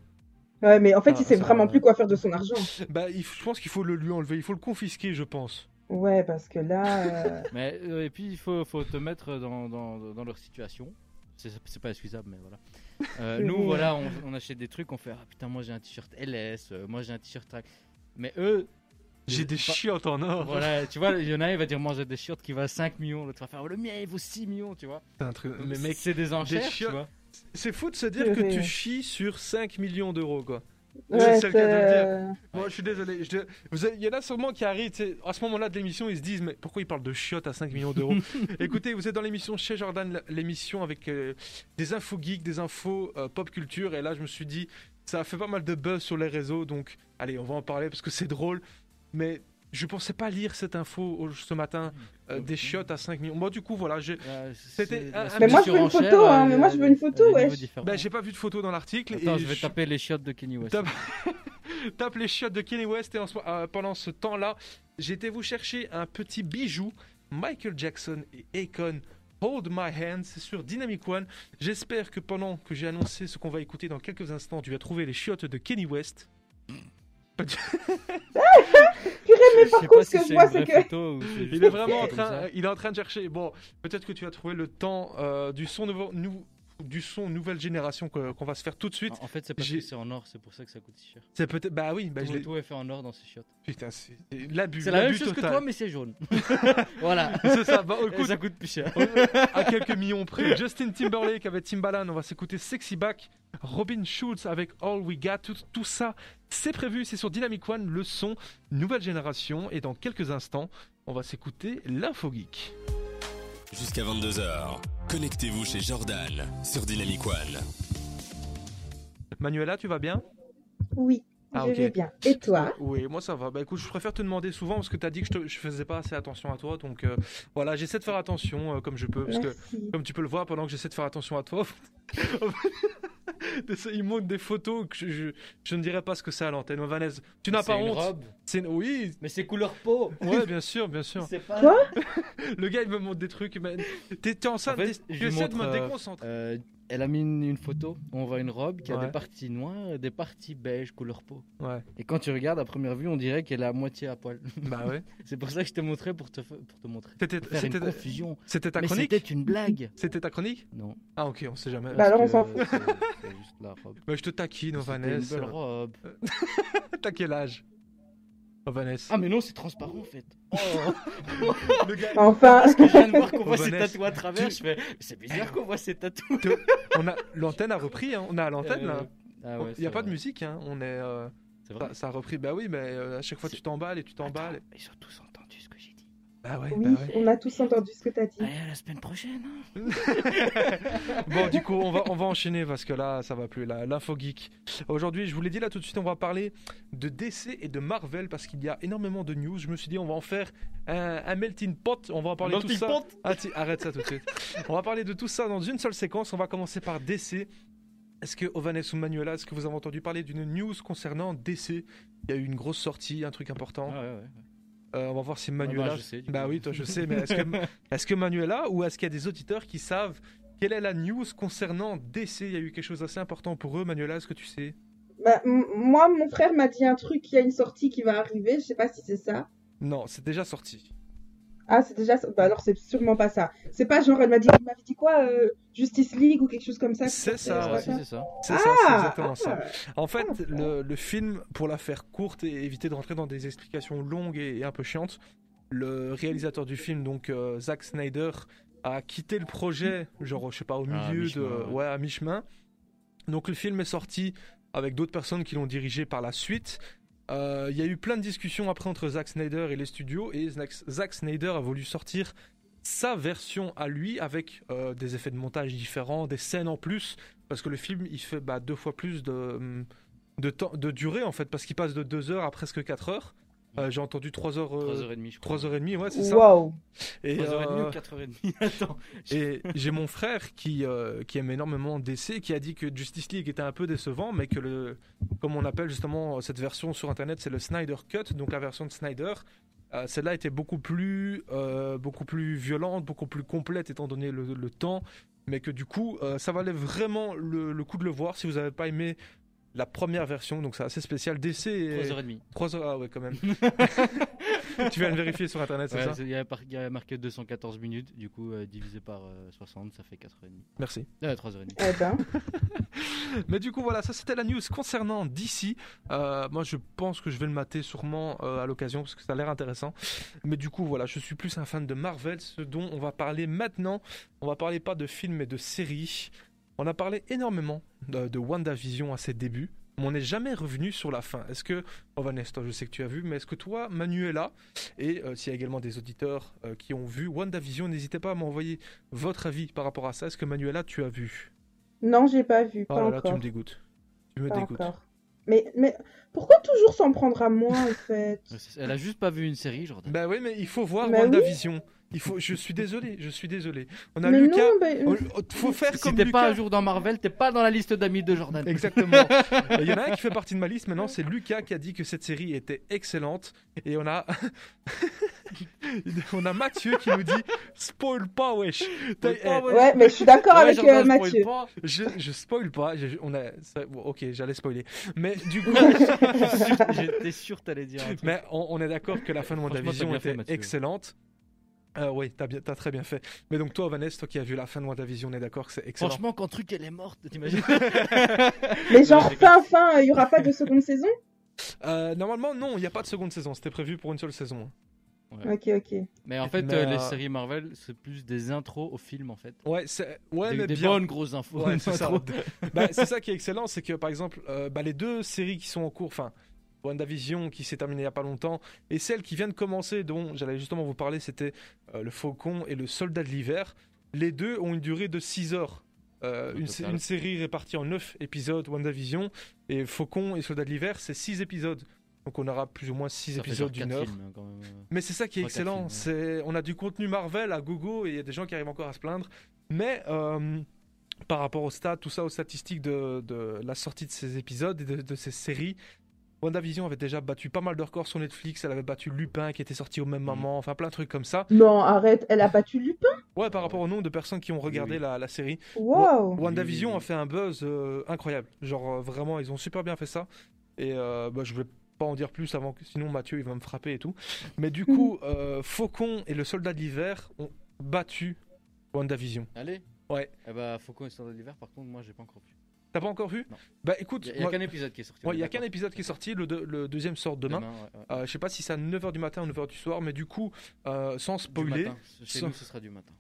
Ouais, mais en fait, Ah, il sait ça, vraiment ouais. plus quoi faire de son argent. Bah, il, je pense qu'il faut le lui enlever, il faut le confisquer, je pense. Ouais, parce que là, euh, hein. Mais euh, et puis il faut, faut te mettre dans, dans, dans leur situation. C'est c'est pas excusable, mais voilà. Euh, nous, voilà, on, on achète des trucs, on fait ah putain, moi j'ai un t-shirt LS, euh, moi j'ai un t-shirt track. Mais eux, J'ai des Pas- chiottes en or. voilà, tu vois, il y en a, il va dire moi j'ai des shirts qui valent 5 millions, l'autre va faire oh, le mien il vaut 6 millions, tu vois. C'est un truc- Donc, Mais mec, c'est des enchères, tu shirts- vois. c'est fou de se dire que tu chies sur 5 millions d'euros, quoi. Ouais, ouais, c'est le cas de le dire. euh, Moi, je suis désolé. je te- vous avez- Il y en a sûrement qui arrivent tu sais, à ce moment-là de l'émission, ils se disent Mais pourquoi ils parlent de chiottes à 5 millions d'euros Écoutez, vous êtes dans l'émission chez Jordan, l'émission avec euh, des infos geeks, des infos euh, pop culture. Et là, je me suis dit Ça a fait pas mal de buzz sur les réseaux, donc allez, on va en parler parce que c'est drôle. Mais je pensais pas lire cette info au- ce matin euh, Mm. des chiottes à 5 millions. Moi, du coup, voilà, j'ai Euh, C'était c'est- un- la Mais moi, je veux une surenchère, photo, hein, euh, mais moi, je veux une à des photo, niveaux wesh. différents. ben, j'ai pas vu de photo dans l'article. Attends, et je vais je- taper les chiottes de Kenny West. Tape- tape les chiottes de Kenny West et en ce- euh, pendant ce temps-là, j'étais vous chercher un petit bijou. Michael Jackson et Akon Hold My Hand, c'est sur Dynamic One. J'espère que pendant que j'ai annoncé ce qu'on va écouter dans quelques instants, tu vas trouver les chiottes de Kenny West. purée, Eh, mais Je par sais contre, pas ce si que je c'est vois, une c'est vraie que photo ou c'est juste Il est une vraiment en photo comme train, ça. euh, il est en train de chercher. Bon, peut-être que tu vas trouver le temps euh, du son nouveau, nou- du son nouvelle génération que- qu'on va se faire tout de suite. En fait, c'est parce J'ai- que c'est en or, c'est pour ça que ça coûte si cher. C'est peut-être. Bah oui, bah je tout, l'ai. tout est fait en or dans ces chiottes. Putain, c'est c'est l'abus. C'est la même l'abus chose que total. toi, mais c'est jaune. voilà. C'est ça. Bah, Et écoute, ça coûte plus cher. à quelques millions près. Justin Timberlake avec Timbaland, on va s'écouter Sexy Back. Robin Schulz avec All We Got, tout, tout ça, c'est prévu, c'est sur Dynamic One, le son, nouvelle génération. Et dans quelques instants, on va s'écouter l'Info Geek. Jusqu'à 22h, connectez-vous chez Jordan sur Dynamic One. Manuela, tu vas bien oui, Ah, je ok. vais bien. Et toi Oui, moi ça va. Bah écoute, je préfère te demander souvent parce que t'as dit que je, te- je faisais pas assez attention à toi. Donc euh, voilà, j'essaie de faire attention euh, comme je peux. Parce que Merci. comme tu peux le voir, pendant que j'essaie de faire attention à toi, de ça, il montre des photos que je, je, je ne dirais pas ce que c'est à l'antenne. Oh, Vanessa, tu n'as pas une honte robe, C'est une- Oui, mais c'est couleur peau. ouais, bien sûr, bien sûr. C'est pas. Quoi Le gars, il me montre des trucs. mais T'es t'es en train En fait, de- je tu essaies de montre, me euh, déconcentrer. Euh, elle a mis une, une photo où on voit une robe qui a Ouais. des parties noires, des parties beige, couleur peau. Ouais, Et quand tu regardes à première vue, on dirait qu'elle est à moitié à poil. bah ouais. c'est pour ça que je t'ai montré pour te, fa- pour te montrer. C'était Faire une c'était- confusion. c'était ta Mais chronique c'était une blague. C'était ta chronique Non. Ah, ok, on sait jamais. Bah, alors, on parce s'en que c'est- c'est juste la robe. Mais je te taquine, oh, C'était Vanessa. Une belle robe. T'as quel âge Oh, Vanessa. Ah mais non, c'est transparent en fait. Oh, Le gars, Enfin, parce que je viens de voir qu'on voit Oh, ses Vanessa, tatouages à travers. tu- Je fais, mais c'est bizarre qu'on voit ses tatouages. on a- L'antenne a repris, hein. on a l'antenne là. Il Ah ouais, n'y a c'est pas de vrai. musique, hein. on est, euh, C'est vrai. ça, ça a repris. Bah oui, mais euh, à chaque fois C'est- tu t'emballes et tu t'emballes. Attends, Ils ont tous entendu ce que j'ai dit. Bah ouais, oui, bah ouais. on a tous entendu ce que t'as dit. Allez, à la semaine prochaine. hein. Bon, du coup, on va, on va enchaîner parce que là, ça va plus, là, l'info geek. Aujourd'hui, je vous l'ai dit là tout de suite, on va parler de DC et de Marvel parce qu'il y a énormément de news. Je me suis dit, on va en faire un, un melting pot. On va en parler Dans tout Tic ça. Pot. Ah, ti- arrête ça tout de suite. On va parler de tout ça dans une seule séquence. On va commencer par DC. Est-ce que Ovanes ou Manuela, est-ce que vous avez entendu parler d'une news concernant DC Il y a eu une grosse sortie, un truc important. Ah ouais, ouais. Euh, on va voir si Ah Manuela. bah, je sais, du Bah coup. oui, toi je sais, mais est-ce que, est-ce que Manuela ou est-ce qu'il y a des auditeurs qui savent quelle est la news concernant DC Il y a eu quelque chose d'assez important pour eux. Manuela, est-ce que tu sais Bah, m- moi, mon frère m'a dit un truc, il y a une sortie qui va arriver, je sais pas si c'est ça. Non, c'est déjà sorti. Ah, c'est déjà ça. Bah alors, c'est sûrement pas ça. C'est pas genre, elle m'a dit, il m'avait dit quoi, euh, Justice League ou quelque chose comme ça. C'est C'est ça, Euh, pas Ouais, c'est si, c'est ça. C'est ça, c'est Ah, exactement ah. ça. En fait, le, le film, pour la faire courte et éviter de rentrer dans des explications longues et, et un peu chiantes, le réalisateur du film, donc euh, Zack Snyder, a quitté le projet, genre, je sais pas, au Ah, à milieu de. mi-chemin, ouais. Ouais, à mi-chemin. Donc le film est sorti avec d'autres personnes qui l'ont dirigé par la suite. Euh, Il y a eu plein de discussions après entre Zack Snyder et les studios, et Zack Zack Snyder a voulu sortir sa version à lui avec euh, des effets de montage différents, des scènes en plus, parce que le film il fait bah, deux fois plus de, hum, de, temps, de durée en fait, parce qu'il passe de 2 heures à presque 4 heures. Euh, J'ai entendu 3 heures, 3h30, je crois. 3h30, ouais, c'est ça. ça. Waouh. Et, 3h30 euh, ou 4h30 Attends. et j'ai mon frère qui, euh, qui aime énormément DC, qui a dit que Justice League était un peu décevant, mais que le, comme on appelle justement cette version sur Internet, c'est le Snyder Cut, donc la version de Snyder. Euh, Celle-là était beaucoup plus, euh, beaucoup plus violente, beaucoup plus complète étant donné le, le temps, mais que du coup, euh, ça valait vraiment le, le coup de le voir si vous n'avez pas aimé la première version, donc c'est assez spécial. DC est... 3h30. 3 heures, ah ouais quand même. tu viens le vérifier sur Internet, c'est ça Ouais, c'est- Il y a par- il y a marqué 214 minutes, du coup euh, divisé par euh, 60, ça fait 4h30. Merci. Euh, 3h30. Eh ben. Mais du coup, voilà, ça c'était la news concernant DC. Euh, moi, je pense que je vais le mater sûrement euh, à l'occasion parce que ça a l'air intéressant. Mais du coup, voilà, je suis plus un fan de Marvel, ce dont on va parler maintenant. On va parler pas de films mais de séries. On a parlé énormément de, de WandaVision à ses débuts, mais on n'est jamais revenu sur la fin. Est-ce que, oh Vanessa, toi, je sais que tu as vu, mais est-ce que toi, Manuela, et euh, s'il y a également des auditeurs euh, qui ont vu WandaVision, n'hésitez pas à m'envoyer votre avis par rapport à ça. Est-ce que Manuela, tu as vu Non, j'ai pas vu, Oh pas là là, encore. tu me dégoûtes. Tu me Pas dégoûtes. encore. Mais, mais pourquoi toujours s'en prendre à moi en fait Ouais, c'est- Elle a juste pas vu une série, Jordan. Bah oui, mais il faut voir Bah oui. WandaVision. Il faut... Je suis désolé, je suis désolé. On a Mais Lucas. non, bah, euh, mais- Oh, oh, faut faire si comme t'es Lucas. pas à jour dans Marvel, t'es pas dans la liste d'amis de Jordan. Exactement. Et Il y en a un qui fait partie de ma liste maintenant, c'est Lucas qui a dit que cette série était excellente. Et on a. on a Mathieu qui nous dit Spoil pas, wesh. T'as- Spoil pas, eh, ouais. Ouais, mais je suis d'accord Ouais, avec Jordan, euh, spoil Mathieu. pas. je, je spoil pas. je- on a... ça- bon, ok, j'allais spoiler. Mais du coup. J'étais sûr- J'étais sûr que t'allais dire un truc. Mais on, on est d'accord que la fin de Franchement, t'as WandaVision bien fait, était Mathieu. excellente. Euh, oui, t'as bien- t'as très bien fait. Mais donc toi, Vanessa, toi qui as vu la fin de WandaVision, on est d'accord que c'est excellent. Franchement, quand truc elle est morte, t'imagines Mais genre je fin fin, il y aura pas de seconde saison Euh, normalement, non, il n'y a pas de seconde saison. C'était prévu pour une seule saison. Ok, ok. Mais en fait, Mais, euh, euh, les séries Marvel, c'est plus des intros au film en fait. Ouais, c'est- ouais des mais des bien. bonnes grosses infos. Ouais, une c'est ça. intro. Bah, c'est ça qui est excellent, c'est que par exemple, euh, bah, les deux séries qui sont en cours, enfin, WandaVision qui s'est terminée il n'y a pas longtemps, et celle qui vient de commencer, dont j'allais justement vous parler, c'était euh, Le Faucon et Le Soldat de l'Hiver, les deux ont une durée de 6 heures. Euh, Au une, total. une série répartie en 9 épisodes, WandaVision, et Faucon et Soldat de l'Hiver, c'est 6 épisodes. Donc on aura plus ou moins 6 Ça fait genre épisodes d'une quatre heure. films, hein, quand même. Mais c'est ça qui est Trois, quatre excellent. films, C'est on a du contenu Marvel à gogo et il y a des gens qui arrivent encore à se plaindre. Mais euh, par rapport au stade, tout ça, aux statistiques de, de la sortie de ces épisodes et de, de ces séries. WandaVision avait déjà battu pas mal de records sur Netflix, elle avait battu Lupin qui était sorti au Mhm. même moment, enfin plein de trucs comme ça. Non, arrête, elle a battu Lupin Ouais, par rapport au nombre de personnes qui ont regardé Euh, Oui, oui. la, la série. Wow WandaVision Oui, oui, a fait un buzz euh, incroyable. Genre euh, vraiment, ils ont super bien fait ça. Et euh, bah, je vais pas en dire plus avant que sinon Mathieu il va me frapper et tout. Mais du coup, euh, Faucon et le Soldat de l'hiver ont battu WandaVision. Allez Ouais. Eh bah, Faucon et Soldat de l'hiver, par contre, moi, j'ai pas encore vu. T'as pas encore vu Non. Bah écoute, Il y a, moi- qu'un épisode qui est sorti. ouais, il y a qu'un épisode qui est sorti, le, deux- le deuxième sort demain. ouais, ouais. Euh, je sais pas si c'est à 9h du matin ou 9h du soir, mais du coup, euh, sans Du spoiler, matin. Chez Sans- nous, ce sera du matin.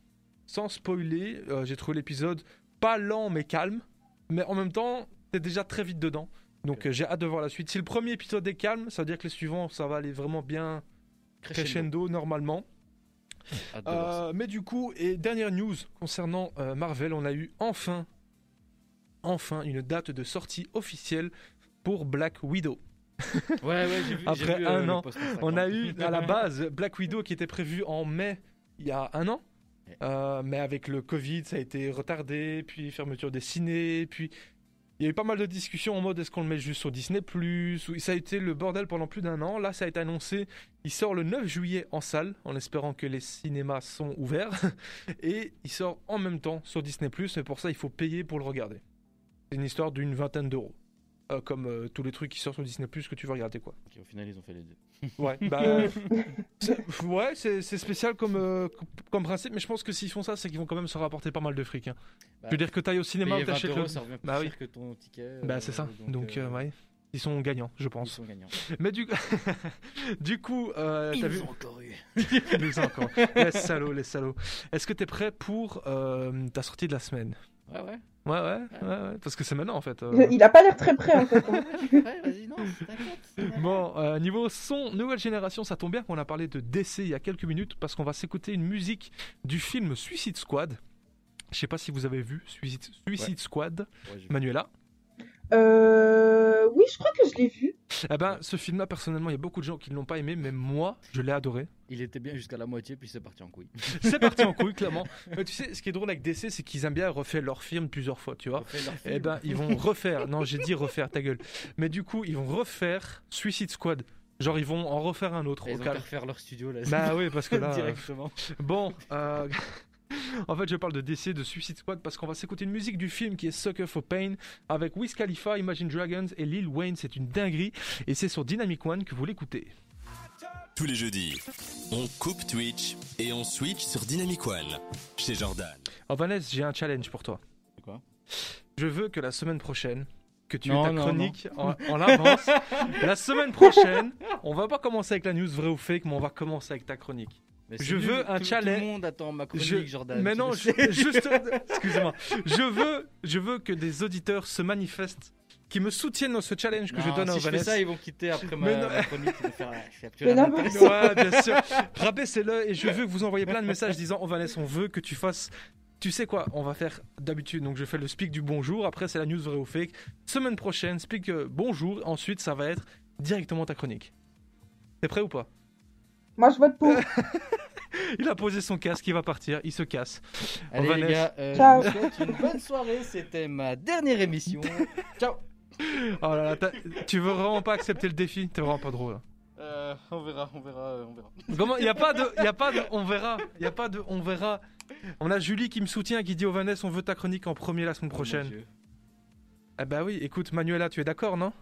sans spoiler, euh, j'ai trouvé l'épisode pas lent mais calme, mais en même temps, t'es déjà très vite dedans. Donc Ok. euh, j'ai hâte de voir la suite. Si le premier épisode est calme, ça veut dire que les suivants, ça va aller vraiment bien crescendo, normalement. Hâte de voir ça. Euh, mais du coup, et dernière news concernant euh, Marvel, on a eu enfin, enfin une date de sortie officielle pour Black Widow. Ouais, ouais, j'ai vu. j'ai après vu, euh, un le an, post Instagram. On a eu à la base Black Widow qui était prévu en mai il y a un an. Ouais. Euh, mais avec le Covid, ça a été retardé, puis fermeture des ciné, puis il y a eu pas mal de discussions en mode est-ce qu'on le met juste sur Disney Plus Ça a été le bordel pendant plus d'un an. Là, ça a été annoncé. Il sort le 9 juillet en salle, en espérant que les cinémas sont ouverts, et il sort en même temps sur Disney Plus. Mais pour ça, il faut payer pour le regarder. C'est une histoire d'une vingtaine d'euros, Euh, comme euh, tous les trucs qui sortent sur Disney Plus que tu veux regarder quoi. Ok, au final, ils ont fait les deux. Ouais, bah, c'est- ouais, c'est c'est spécial comme, euh, comme principe, mais je pense que s'ils font ça, c'est qu'ils vont quand même se rapporter pas mal de fric. hein. Bah, je veux dire que t'ailles au cinéma, Payer 20 t'achètes le. euros, ça revient plus Bah oui. cher que ton ticket. Bah, euh, c'est ça. Donc, euh, euh, ouais, ils sont gagnants, je Ils pense. sont gagnants. Mais du, du coup, euh, t'as vu. encore eu. Ils nous ont encore. Les salauds, les salauds. Est-ce que t'es prêt pour euh, ta sortie de la semaine Ouais, ouais. ouais ouais, ouais, ouais, parce que c'est maintenant en fait. euh. Il a pas l'air très prêt en fait. hein. Ouais, vas-y, non, t'inquiète. Bon, euh, niveau son, nouvelle génération, ça tombe bien qu'on a parlé de DC il y a quelques minutes parce qu'on va s'écouter une musique du film Suicide Squad. Je sais pas si vous avez vu Suicide, Suicide Squad, Ouais, j'ai- Manuela. Euh... Oui, je crois que je l'ai vu. Eh ben, ce film-là, personnellement, il y a beaucoup de gens qui ne l'ont pas aimé, mais moi, je l'ai adoré. Il était bien jusqu'à la moitié, puis c'est parti en couille. C'est parti en couille, clairement. Mais tu sais, ce qui est drôle avec DC, c'est qu'ils aiment bien refaire leur film plusieurs fois, tu vois. Après, leur film, Eh ben, ils vont refaire. Non, j'ai dit refaire ta gueule. Mais du coup, ils vont refaire Suicide Squad. Genre, ils vont en refaire un autre. ils au ont qu'à calme. refaire leur studio là. Bah oui, parce que là, euh, directement. Bon, euh, en fait, je parle de DC, de Suicide Squad, parce qu'on va s'écouter une musique du film qui est Sucker for Pain avec Wiz Khalifa, Imagine Dragons et Lil Wayne. C'est une dinguerie et c'est sur Dynamic One que vous l'écoutez. Tous les jeudis, on coupe Twitch et on switch sur Dynamic One chez Jordan. Oh, Vanessa, j'ai un challenge pour toi. C'est quoi Je veux que la semaine prochaine, que tu aies Non, ta non, chronique en, en avance. la semaine prochaine, on va pas commencer avec la news vraie ou fake, mais on va commencer avec ta chronique. Mais c'est Je nul, veux tout- un challenge. Tout le monde attend ma chronique, Je- Jordan. Mais Bah, tu non, le je- sais. juste, excusez-moi, je veux, je veux que des auditeurs se manifestent, qui me soutiennent dans ce challenge que je Non, donne si à je fais Vanessa. ça, ils vont quitter après ma, Mais non. ma chronique. Ils vont faire, ah, je suis Mais absolument non, pas- mais- Ouais, bien sûr. Rabaissez-le et je veux que vous envoyez plein de messages disant Oh Vanessa, on veut que tu fasses. Tu sais quoi, on va faire d'habitude. Donc je fais le speak du bonjour, après c'est la news vraie ou fake. Semaine prochaine, speak euh, bonjour, ensuite ça va être directement ta chronique. T'es prêt ou pas Moi, je vote pour. Il a posé son casque, il va partir, il se casse. Allez Vanessa. les gars, euh, Ciao. je vous souhaite une bonne soirée. C'était ma dernière émission. Ciao. Oh là là, t'as- tu veux vraiment pas accepter le défi T'es vraiment pas drôle. Euh, on verra, on verra, euh, on verra. Comment Il y a pas de, il y a pas de, on verra, il y a pas de, on verra. On a Julie qui me soutient, qui dit Oh Vanessa, on veut ta chronique en premier la semaine Oh, mon prochaine. Dieu. ah bah oui, écoute Manuela, tu es d'accord, non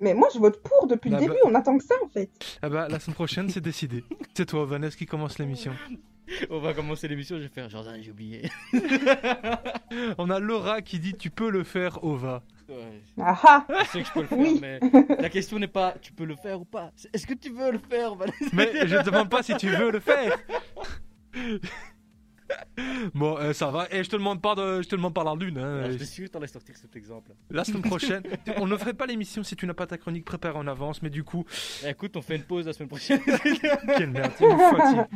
Mais moi, je vote pour depuis Ah le bah. début. On attend que ça en fait. Ah bah la semaine prochaine c'est décidé. C'est toi Vanessa qui commence l'émission. On va commencer l'émission. Je vais faire Jordan, j'ai oublié. On a Laura qui dit tu peux le faire Ova. Ouais, Ah ah je sais que je peux le faire, Oui. mais la question n'est pas tu peux le faire ou pas. C'est, Est-ce que tu veux le faire, Vanessa Mais je ne demande pas si tu veux le faire. Bon euh, ça va. Et je te demande pas de, je te demande pas la lune. hein. Ah, Je suis sûr que t'en laisses sortir cet exemple. La semaine prochaine, on ne ferait pas l'émission si tu n'as pas ta chronique préparée en avance. Mais du coup, Eh, écoute, on fait une pause la semaine prochaine. quelle merde. tu me fatigues.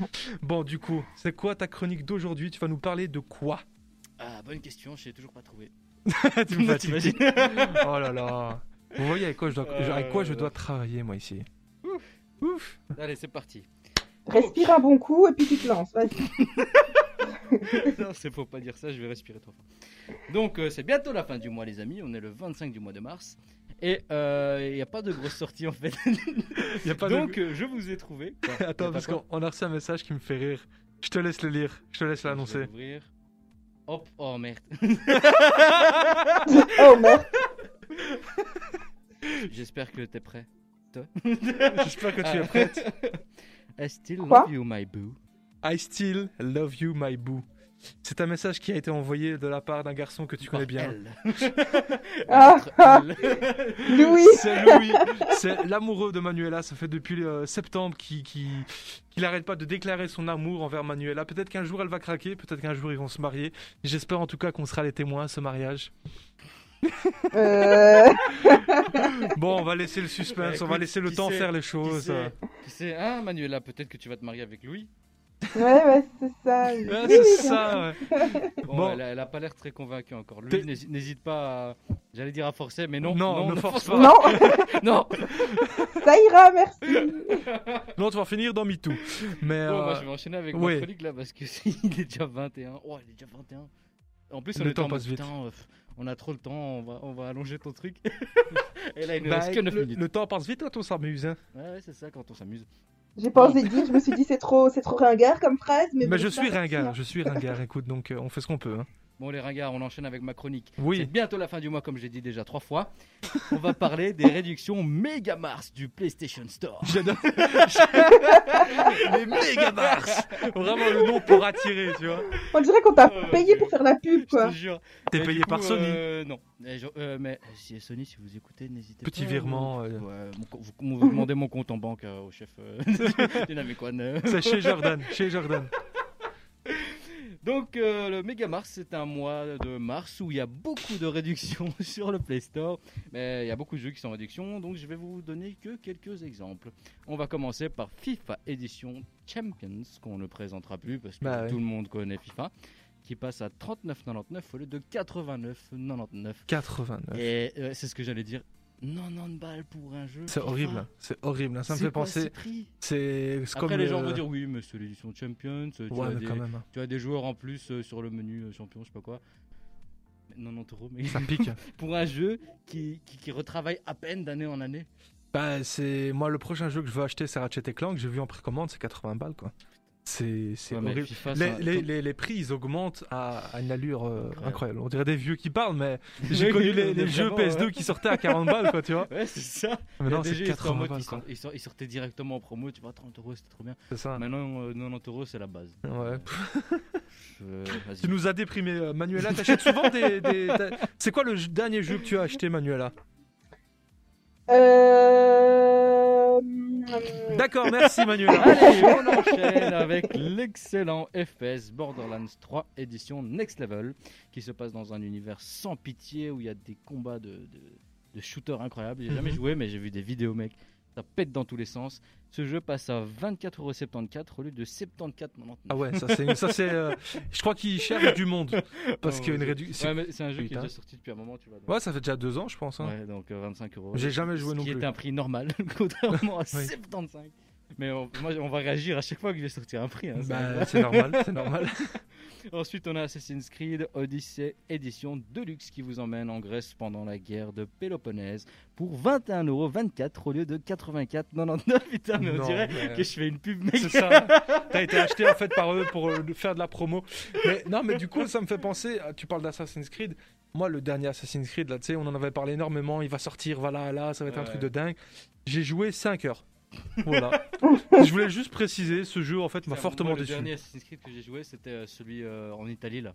Bon du coup, c'est quoi ta chronique d'aujourd'hui Tu vas nous parler de quoi ah, bonne question, je l'ai toujours pas trouvé. Tu me fatigues. T'imagines Oh là là. Vous voyez avec quoi je dois, avec quoi je dois travailler moi ici. Ouf. Euh. Ouf. Allez, c'est parti. Respire un bon coup et puis tu te lances. Vas-y. non, c'est faut pas dire ça, je vais respirer trop fort. Donc, euh, c'est bientôt la fin du mois, les amis. On est le 25 du mois de mars. Et euh, il n'y a pas de grosse sortie en fait. Y a pas de- Donc, euh, je vous ai trouvé. Quoi Y a Attends, pas parce quoi qu'on on a reçu un message qui me fait rire. Je te laisse le lire, je te laisse Je vais l'annoncer. l'ouvrir. Hop, oh merde. Oh merde. J'espère que t'es prêt. J'espère que tu es prête. Euh, I still Quoi love you, my boo. I still love you, my boo. C'est un message qui a été envoyé de la part d'un garçon que tu connais Par bien. elle. Ah, ah, Elle. Louis. C'est Louis, c'est l'amoureux de Manuela. Ça fait depuis euh, septembre qu'il qui, qu'il n'arrête pas de déclarer son amour envers Manuela. Peut-être qu'un jour elle va craquer, peut-être qu'un jour ils vont se marier. J'espère en tout cas qu'on sera les témoins à ce mariage. Euh, Bon, on va laisser le suspense, on Bah, va écoute, laisser le qui temps sait, faire les Qui choses. sait, qui sait, hein, Manuela, peut-être que tu vas te marier avec Louis. Ouais, ouais, c'est ça. Ouais, Oui, c'est oui, ça. ouais. Bon, Bon. Elle, a, elle a pas l'air très convaincue encore. T'es- Louis, n'hési- n'hésite pas à... J'allais dire à forcer, mais non. Non, ne force pas. Non, Non ça ira, merci. Non, tu vas finir dans MeToo. Mais Bon, bah, euh, moi, je vais enchaîner avec ouais. ma chronique là parce que c'est- il est déjà 21. Oh, il est déjà 21. En plus, on Le était temps en mode, passe vite. Putain, euh, pff, on a trop le temps, on va, on va allonger ton truc. Et là, il ne bah, reste que 9 le, minutes. le temps passe vite quand on s'amuse. hein. Ouais, ouais, c'est ça quand on s'amuse. J'ai pas osé dire, je me suis dit c'est trop, c'est trop ringard comme phrase, mais. Mais bon, je ça suis va. ringard, je suis ringard. Écoute, donc euh, on fait ce qu'on peut. hein. Bon, les ringards, on enchaîne avec ma chronique. C'est Oui, bientôt la fin du mois, comme j'ai dit déjà trois fois. On va parler des réductions méga mars du PlayStation Store. j'adore. Les méga mars. Vraiment le nom pour attirer, tu vois. On dirait qu'on t'a Euh, payé je- pour faire la pub, Je quoi. te jure. T'es Mais payé du par coup, Sony. euh, Non. Mais, je- euh, mais si Sony, si vous écoutez, n'hésitez Petit pas. virement. euh, Ouais, mon co- vous, vous demandez mon compte en banque euh, au chef euh, Dynamic One. euh. C'est chez Jordan, chez Jordan. Donc euh, le Mega Mars, c'est un mois de mars où il y a beaucoup de réductions sur le Play Store, mais il y a beaucoup de jeux qui sont en réduction, donc je vais vous donner que quelques exemples. On va commencer par FIFA Edition Champions, qu'on ne présentera plus parce que Bah ouais. tout le monde connaît FIFA, qui passe à 39,99 au lieu de 89,99. 89. Et euh, c'est ce que j'allais dire. 90 balles pour un jeu. C'est FIFA. horrible, hein. c'est horrible. hein. Ça me C'est fait quoi ce penser. prix C'est c'est Après, comme les le- gens vont dire oui, mais c'est l'édition Champions. Tu, as Ouais, mais des, quand même. hein. tu as des joueurs en plus euh, sur le menu euh, champion, je sais pas quoi. Mais 90 euros, mais Ça pique. pour un jeu qui, qui, qui retravaille à peine d'année en année. Bah, c'est moi le prochain jeu que je veux acheter, c'est Ratchet Clank. J'ai vu en précommande, c'est 80 balles quoi. C'est c'est Ouais, mais horrible. FIFA, Les, ça- les- les- les prix, ils augmentent à, à une allure euh, Incroyable. incroyable. On dirait des vieux qui parlent, mais j'ai connu les, les Vraiment, jeux ouais. PS2 qui sortaient à 40 balles, quoi, tu vois. Ouais, c'est ça. Mais Il y a non, des c'est jeux, ils sont 80 en mode, balles, ils, quoi. sont- ils sont- ils sortaient directement en promo, tu vois, 30 euros, c'était trop bien. C'est ça. Maintenant, euh, 90 euros, c'est la base. Ouais. Euh, vas-y. Tu nous as déprimé, euh, Manuela. T'achètes souvent des. des- t'as- C'est quoi le j- dernier jeu que tu as acheté, Manuela Euh... D'accord, merci, Manuela. Allez, on enchaîne avec l'excellent FPS Borderlands 3 édition Next Level qui se passe dans un univers sans pitié où il y a des combats de, de, de shooters incroyables. J'ai jamais Mhm. joué, mais j'ai vu des vidéos, mec. Ça pète dans tous les sens. Ce jeu passe à 24,74€ au lieu de 74,99€. Ah ouais, ça c'est. ça, c'est, euh, Je crois qu'il cherche du monde. Parce Oh, qu'il y a une ouais. réduction. Ouais, mais c'est un jeu qui est Putain. déjà sorti depuis un moment, tu vois. donc- Ouais, ça fait déjà deux ans, je pense. hein. Ouais, donc euh, 25 euros. J'ai jamais joué Ce non qui plus. est un prix normal, contrairement à Oui. 75. Mais on, moi, on va réagir à chaque fois que je vais sortir un prix. hein, ça va. Bah, c'est normal, c'est normal. Ensuite, on a Assassin's Creed Odyssey édition Deluxe qui vous emmène en Grèce pendant la guerre de Péloponnèse pour 21,24€ au lieu de 84,99€. Putain, mais on Non, dirait mais- euh, que je fais une pub, mec. C'est ça. T'as été acheté en fait par eux pour euh, faire de la promo. Mais non, mais du coup, ça me fait penser. euh, Tu parles d'Assassin's Creed. Moi, le dernier Assassin's Creed, là, tu sais, on en avait parlé énormément. Il va sortir, voilà, là, ça va être un Ouais. truc de dingue. J'ai joué 5 heures. Voilà. Je voulais juste préciser, ce jeu, en fait, m'a Moi, fortement le déçu. dernier Assassin's Creed que j'ai joué, c'était euh, celui euh, en Italie, là.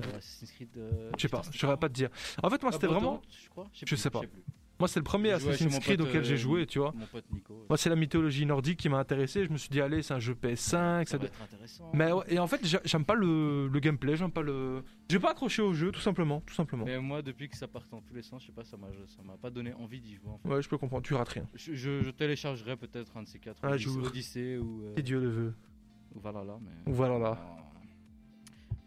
Euh, Assassin's Creed. Ah, euh, Je sais pas, putain, je saurais pas te dire. En fait, moi, c'était vraiment. Je crois. Je sais pas. Hein Moi, c'est le premier J'ai joué chez Assassin's mon Creed pote, auquel j'ai euh, joué, tu vois. Mon pote Nico. euh, Moi, c'est la mythologie nordique qui m'a intéressé. Je me suis dit, allez, c'est un jeu PS5, ça ça doit- doit être intéressant. Mais ouais, et en fait, j'a- j'aime pas le, le gameplay, j'aime pas le. J'ai pas accroché au jeu, tout simplement, tout simplement. Mais moi, depuis que ça part dans tous les sens, je sais pas, ça m'a ça m'a pas donné envie d'y jouer. en fait. Ouais, je peux comprendre, tu rates rien. Je, je- je téléchargerai peut-être un de ces quatre. Ah, Odyssey- j'ouvre. Odyssée ou, euh, Si Dieu le veut. ou Valhalla. Mais... Ou Valhalla.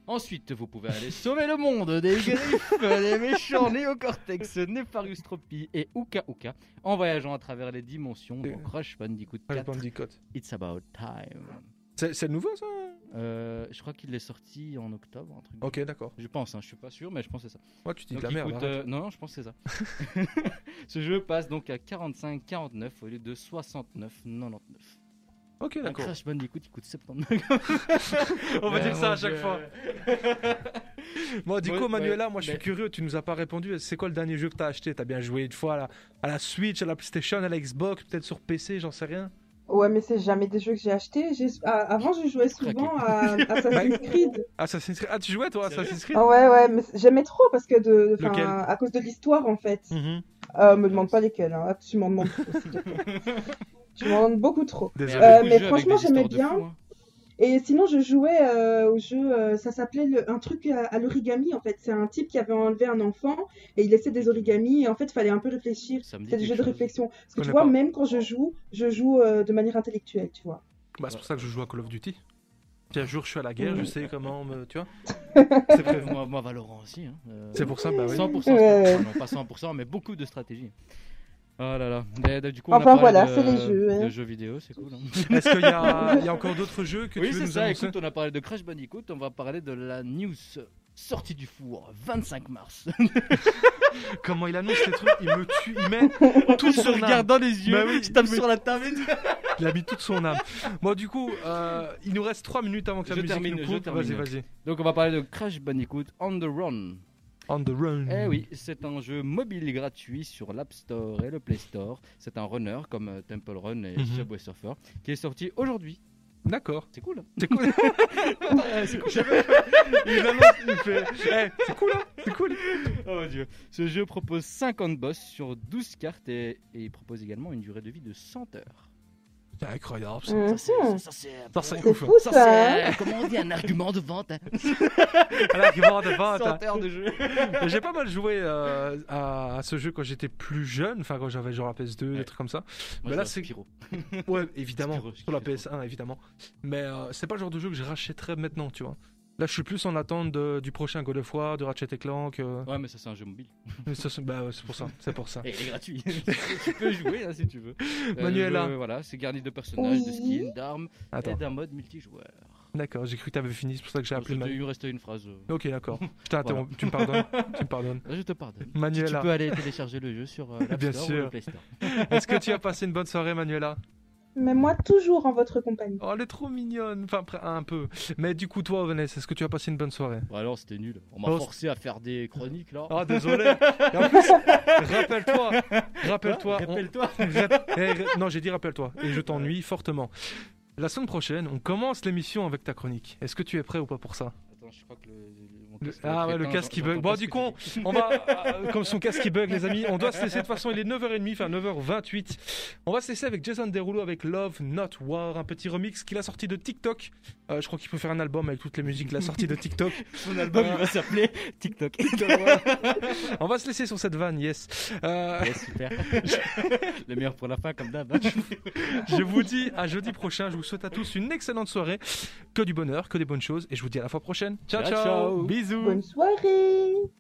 Oh. Ensuite, vous pouvez aller sauver le monde des griffes, des méchants néocortex, népariustropie et Uka Uka en voyageant à travers les dimensions dans Crash Bandicoot Crash 4. Bandicoot. It's about time. C'est c'est nouveau ça Euh, je crois qu'il est sorti en octobre, un truc. Ok, d'accord. Je pense, hein, je suis pas sûr, mais je pense que c'est ça. Ouais, tu dis de la Donc, il merde. hein. coûte, arrête. euh, non, non, je pense que c'est ça. Ce jeu passe donc à 45,49 au lieu de 69,99. Ok, Un d'accord. Crash Bandicoot, il coûte 79. On va dire ça à chaque fois. Bon, du Ouais, coup, ouais, Manuela, moi je suis mais- curieux, tu nous as pas répondu. C'est quoi le dernier jeu que t'as acheté T'as bien joué une fois à la, à la Switch, à la PlayStation, à la Xbox, peut-être sur PC, j'en sais rien. Ouais, mais c'est jamais des jeux que j'ai achetés. J'ai- ah, Avant, je jouais souvent à Assassin's Creed. Assassin's Creed. Ah, tu jouais toi à Sérieux Assassin's Creed Ah ouais, ouais, mais j'aimais trop parce que de, enfin, Lequel à cause de l'histoire en fait. Mhm. Euh, me demande pas lesquels, hein. tu m'en demandes trop, s'il te plaît. Tu m'en demandes beaucoup trop. Désolé. Euh, mais franchement, j'aimais bien. hein. Et sinon, je jouais euh, au jeu, euh, ça s'appelait le- un truc euh, à, à l'origami en fait. C'est un type qui avait enlevé un enfant et il laissait des origamis et en fait, il fallait un peu réfléchir. C'est des jeux de réflexion. Parce que connais tu vois, pas. même quand je joue, je joue euh, de manière intellectuelle, tu vois. Bah, c'est pour ça que je joue à Call of Duty. Puis un jour je suis à la guerre, je sais comment me. Tu vois C'est prévu. Moi, moi, Valorant aussi. hein. Euh, C'est pour ça, bah oui. 100%, Ouais. non pas 100%, mais beaucoup de stratégie. Oh là là. Mais, du coup, on a Enfin, parlé voilà, de- c'est les jeux, hein. De jeux vidéo, c'est cool. hein. Est-ce qu'il y, a il y a encore d'autres jeux que oui, tu veux c'est nous ça. annoncer Écoute, on a parlé de Crash Bandicoot. On va parler de la news sortie du four, 25 mars. Comment il annonce les trucs Il me tue, il met toute se son regarde âme. dans les yeux, Bah oui, je tape mais- sur la table. et tout. Il a mis toute son âme. Bon, du coup, euh, il nous reste 3 minutes avant que la Je musique termine, nous je coupe. Vas-y, termine. vas-y. Donc, on va parler de Crash Bandicoot on the run. On the run. Eh oui, c'est un jeu mobile gratuit sur l'App Store et le Play Store. C'est un runner comme euh, Temple Run et Mhm. Subway Surfer qui est sorti aujourd'hui. D'accord. C'est cool. C'est cool. hein c'est cool. il annonce, il fait. Eh, c'est cool, hein C'est cool. Oh mon dieu. Ce jeu propose 50 boss sur 12 cartes et, et il propose également une durée de vie de 100 heures. C'est incroyable. Mm. ça. Mm-hmm. Mhm. ça, c'est Ça, c'est C'est ouf. fou ça, ça. hein c'est, euh, comment on dit un argument de vente hein. Alors, il va avoir des ventes, hein. 100 heures de jeu. Mais J'ai pas mal joué euh, à, à ce jeu quand j'étais plus jeune, enfin quand j'avais genre la PS2, des Ouais. trucs comme ça. Moi, je Bah là, joue à c'est- Spyro. Ouais, évidemment, Spyro, je sur la kiffe PS1, évidemment. Mais euh, c'est pas le genre de jeu que je rachèterais maintenant, tu vois. Là, je suis plus en attente de- du prochain God of War, de Ratchet Clank. euh, Ouais, mais ça c'est un jeu mobile. mais ça, c'est bah, ouais, c'est pour ça, c'est pour ça. Et il est gratuit. tu peux jouer hein, si tu veux. Euh, le Manuela. jeu, voilà, c'est garni de personnages, de Oui. skins, d'armes et Attends, d'un mode multijoueur. d'accord, j'ai cru que t'avais fini, c'est pour ça que j'ai Bon, appelé. c'était- Ma... Il me restait une phrase. euh, Bah, Ok, d'accord. Je t'ai interrompu, tu me pardonnes, tu me pardonnes. Je te pardonne. Tu Manuela, peux aller télécharger le jeu sur euh, l'App hein. Bien Store sûr. ou le Play Store. est-ce que tu as passé une bonne soirée, Manuela Mais moi, toujours en votre compagnie. Oh, elle est trop mignonne, enfin pr- un peu. Mais du coup, toi, Vanessa, est-ce que tu as passé une bonne soirée Bon, alors c'était nul. On m'a Oh, c'est- forcé à faire des chroniques là. Ah, désolé. Et en plus, rappelle-toi, rappelle-toi. on- Rappelle-toi. Rap- eh, ra- Non, j'ai dit rappelle-toi. Et je t'ennuie fortement. La semaine prochaine, on commence l'émission avec ta chronique. Est-ce que tu es prêt ou pas pour ça Attends, je crois que le. mon Le- casque ah va être ouais, le éteint, casque qui j'entends bug. pas Bon, ce du que coup, tu on, on va. euh, comme son casque qui bug, les amis, on doit se laisser. De toute façon, il est 9h30, enfin 9h28. On va se laisser avec Jason Derulo avec Love Not War, un petit remix qu'il a sorti de TikTok. Euh, je crois qu'il peut faire un album avec toutes les musiques de la sortie de TikTok. dis. Son album il va s'appeler TikTok. On va se laisser sur cette vanne, yes. Euh, Ouais, super. le meilleur pour la fin, comme d'hab. hein. Je vous dis à jeudi prochain. Je vous souhaite à tous une excellente soirée. Que du bonheur, que des bonnes choses. Et je vous dis à la fois prochaine. Ciao, Ciao, ciao. ciao. Bisous. Bonne soirée